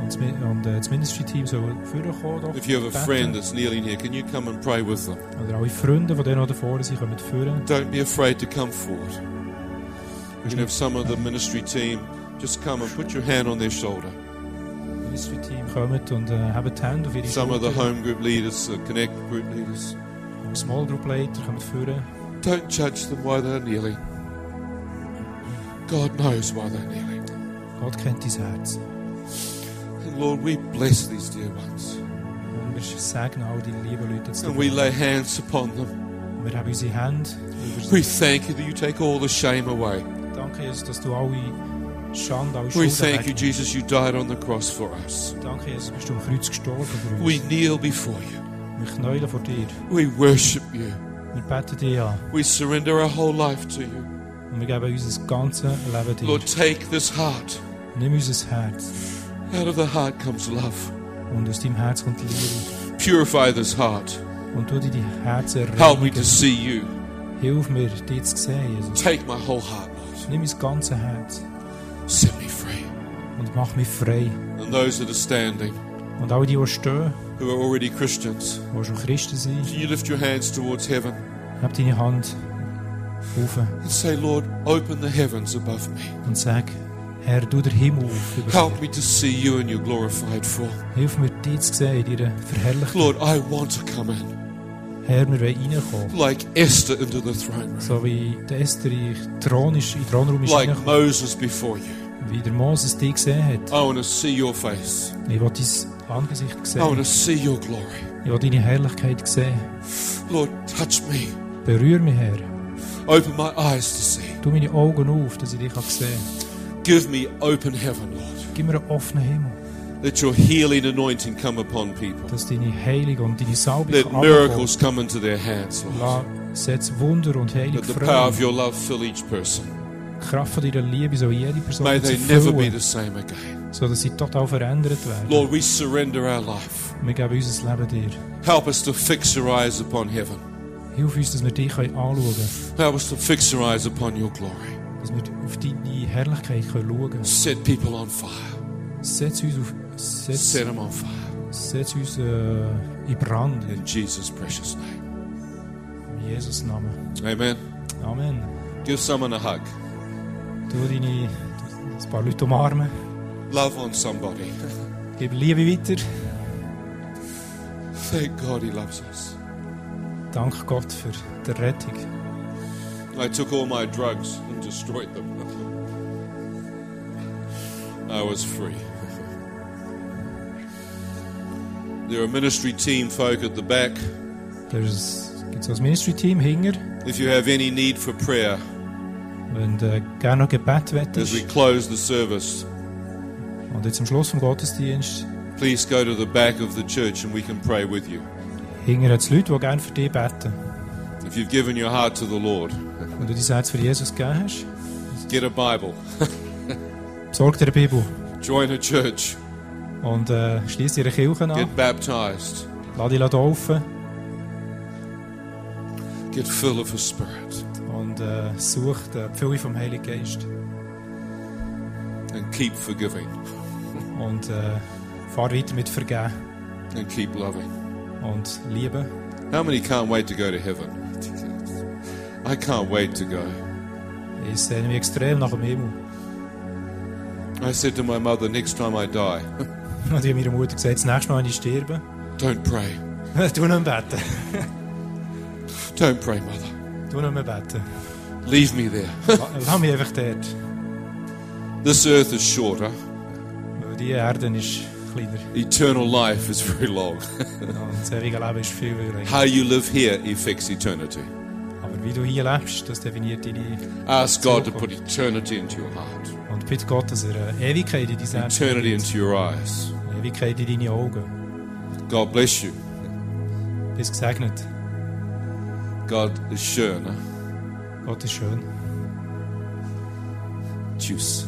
B: Und das Mi- und, äh, das Ministry-Team soll führen kommen. Doch,
A: If you have a
B: beten.
A: friend that's kneeling here, can you come and pray with them?
B: Oder alle Freunde, die denen, die da vorne sind, kommen führen.
A: Don't be afraid to come forward. We can have some of the ministry team just come and put your hand on their shoulder.
B: Ministry-Team kommen und äh, haben die Hände auf ihre
A: Some of the
B: Schulter.
A: home group leaders, the connect group leaders.
B: Und Small Group Leiter kommen führen.
A: Don't judge them why they're kneeling. God knows why they're kneeling.
B: Gott kennt dein Herz.
A: And Lord, we bless these dear ones.
B: Und wir segnen all die lieben Leute jetzt.
A: And we lay hands upon them.
B: Und wir haben unsere Hände. über
A: We
B: sie.
A: thank you that you take all the shame away.
B: Danke, Jesus, dass du alle Schande, alle
A: We
B: Schuld
A: thank you, Jesus, you died on the cross for us.
B: Danke, Jesus, bist du am Kreuz gestorben für uns.
A: We kneel before you.
B: Wir knäulen vor dir.
A: We worship you.
B: Wir beten dich an.
A: We surrender our whole life to you.
B: Und wir geben unser ganzes Leben dir.
A: Lord, take this heart.
B: Nimm unser Herz.
A: Out of the heart comes love.
B: Und aus deinem Herz kommt Liebe.
A: Purify this heart.
B: Und du dir dein Herz
A: Help me to
B: erreinigen.
A: see you.
B: Hilf mir, dich zu sehen, Jesus.
A: Take my whole heart, Lord.
B: Nimm mein ganzes Herz
A: Set me free.
B: und mach mich frei.
A: And those that are standing,
B: Und all die, die stehen,
A: who are already Christians,
B: die schon Christen sind,
A: can you lift your hands towards heaven
B: heb deine Hand auf
A: and say, Lord, open the heavens above me.
B: und sag, Herr, du der Himmel auf über
A: Help
B: mir.
A: me to see you in your glorified form.
B: Hilf mir, dich zu sehen in deiner Verherrlichung.
A: Lord, I want to come in
B: Herr, wir wollen reinkommen.
A: like Esther into the throne room,
B: So wie der Esther in den Thron ist, in den Thronraum ist
A: like
B: reingekommen.
A: Moses before you.
B: Wie der Moses dich gesehen hat.
A: I want to see your face.
B: Ich will dein Angesicht
A: I want
B: sehen.
A: to see your glory.
B: Ich will deine Herrlichkeit sehen.
A: Lord, touch me.
B: Berühr mich, Herr.
A: Open my eyes to see.
B: Tu meine Augen auf, dass ich dich kann sehen kann.
A: Give me open heaven, Lord.
B: Gib mir einen offenen Himmel,
A: Let your healing anointing come upon people.
B: dass deine Heilung und deine Salbung
A: Let
B: herabkommt.
A: miracles come into their hands, Lord.
B: Lass- Setz Wunder und Heilung
A: Let the power
B: frei.
A: of your love fill each person.
B: Die Kraft von deiner Liebe soll jede Person
A: May they never be
B: erfüllen,
A: the same again.
B: sodass sie total verändert werden.
A: Lord, we surrender our life.
B: Wir geben unser Leben dir.
A: Help us to fix our eyes upon heaven.
B: Hilf uns, dass wir dich können anschauen können,
A: Help us to fix our eyes upon your glory.
B: dass wir auf deine Herrlichkeit können schauen können.
A: Set people on fire.
B: Setz uns, auf, setz,
A: Set them on fire.
B: setz uns äh, in Brand,
A: In Jesus' precious name.
B: in Jesus' Namen.
A: Amen.
B: Amen.
A: Give someone a hug.
B: Tu deine ein paar Leute umarmen.
A: Love on somebody.
B: Gib Liebe weiter.
A: Thank God he loves us.
B: Danke Gott für die Rettung.
A: I took all my drugs and destroyed them. I was free. There are ministry team folk at the back.
B: Da gibt es ein Ministry-Team hinger.
A: If you have any need for prayer
B: Wenn du gerne noch Gebet
A: as we
B: wettest.
A: close the service,
B: Und jetzt am Schluss vom Gottesdienst
A: please go to the back of the church and we can pray with you.
B: hinger hat es Leute, die gerne für dich beten.
A: If you've given your heart to the Lord,
B: Wenn du dein Herz für Jesus gegeben hast,
A: get a Bible,
B: besorg dir eine Bibel
A: join a church,
B: und äh, schließ dir eine Kirche an.
A: get baptized,
B: Lass dich taufen
A: get full of His Spirit,
B: und äh, such die Fülle vom Heiligen Geist.
A: and keep forgiving
B: Und äh, fahr weiter mit Vergeben
A: and keep loving.
B: und Liebe.
A: How many can't wait to go to heaven? I can't wait to go.
B: Ich sehne mich extrem nach dem Himmel.
A: I said to my mother, next time I die,
B: Und ich habe meiner Mutter gesagt, das nächste Mal, wenn ich sterbe,
A: don't pray.
B: tu nicht mehr beten.
A: Don't pray, mother.
B: Tu nicht mehr beten.
A: Leave me there.
B: La- Lass mich einfach dort.
A: This earth is shorter,
B: Weil die Erde ist kleiner.
A: eternal life is very long.
B: Und das ewige Leben ist viel länger.
A: How you live here affects eternity.
B: wie du hier lebst, das definiert deine.
A: Ask God to put eternity into your heart,
B: Und bitte Gott, dass er eine Ewigkeit in dein Herz
A: eternity
B: gibt,
A: into your eyes.
B: eine Ewigkeit in deine Augen.
A: God bless you.
B: Bist gesegnet.
A: God is schön.
B: Gott ist schön.
A: Tschüss.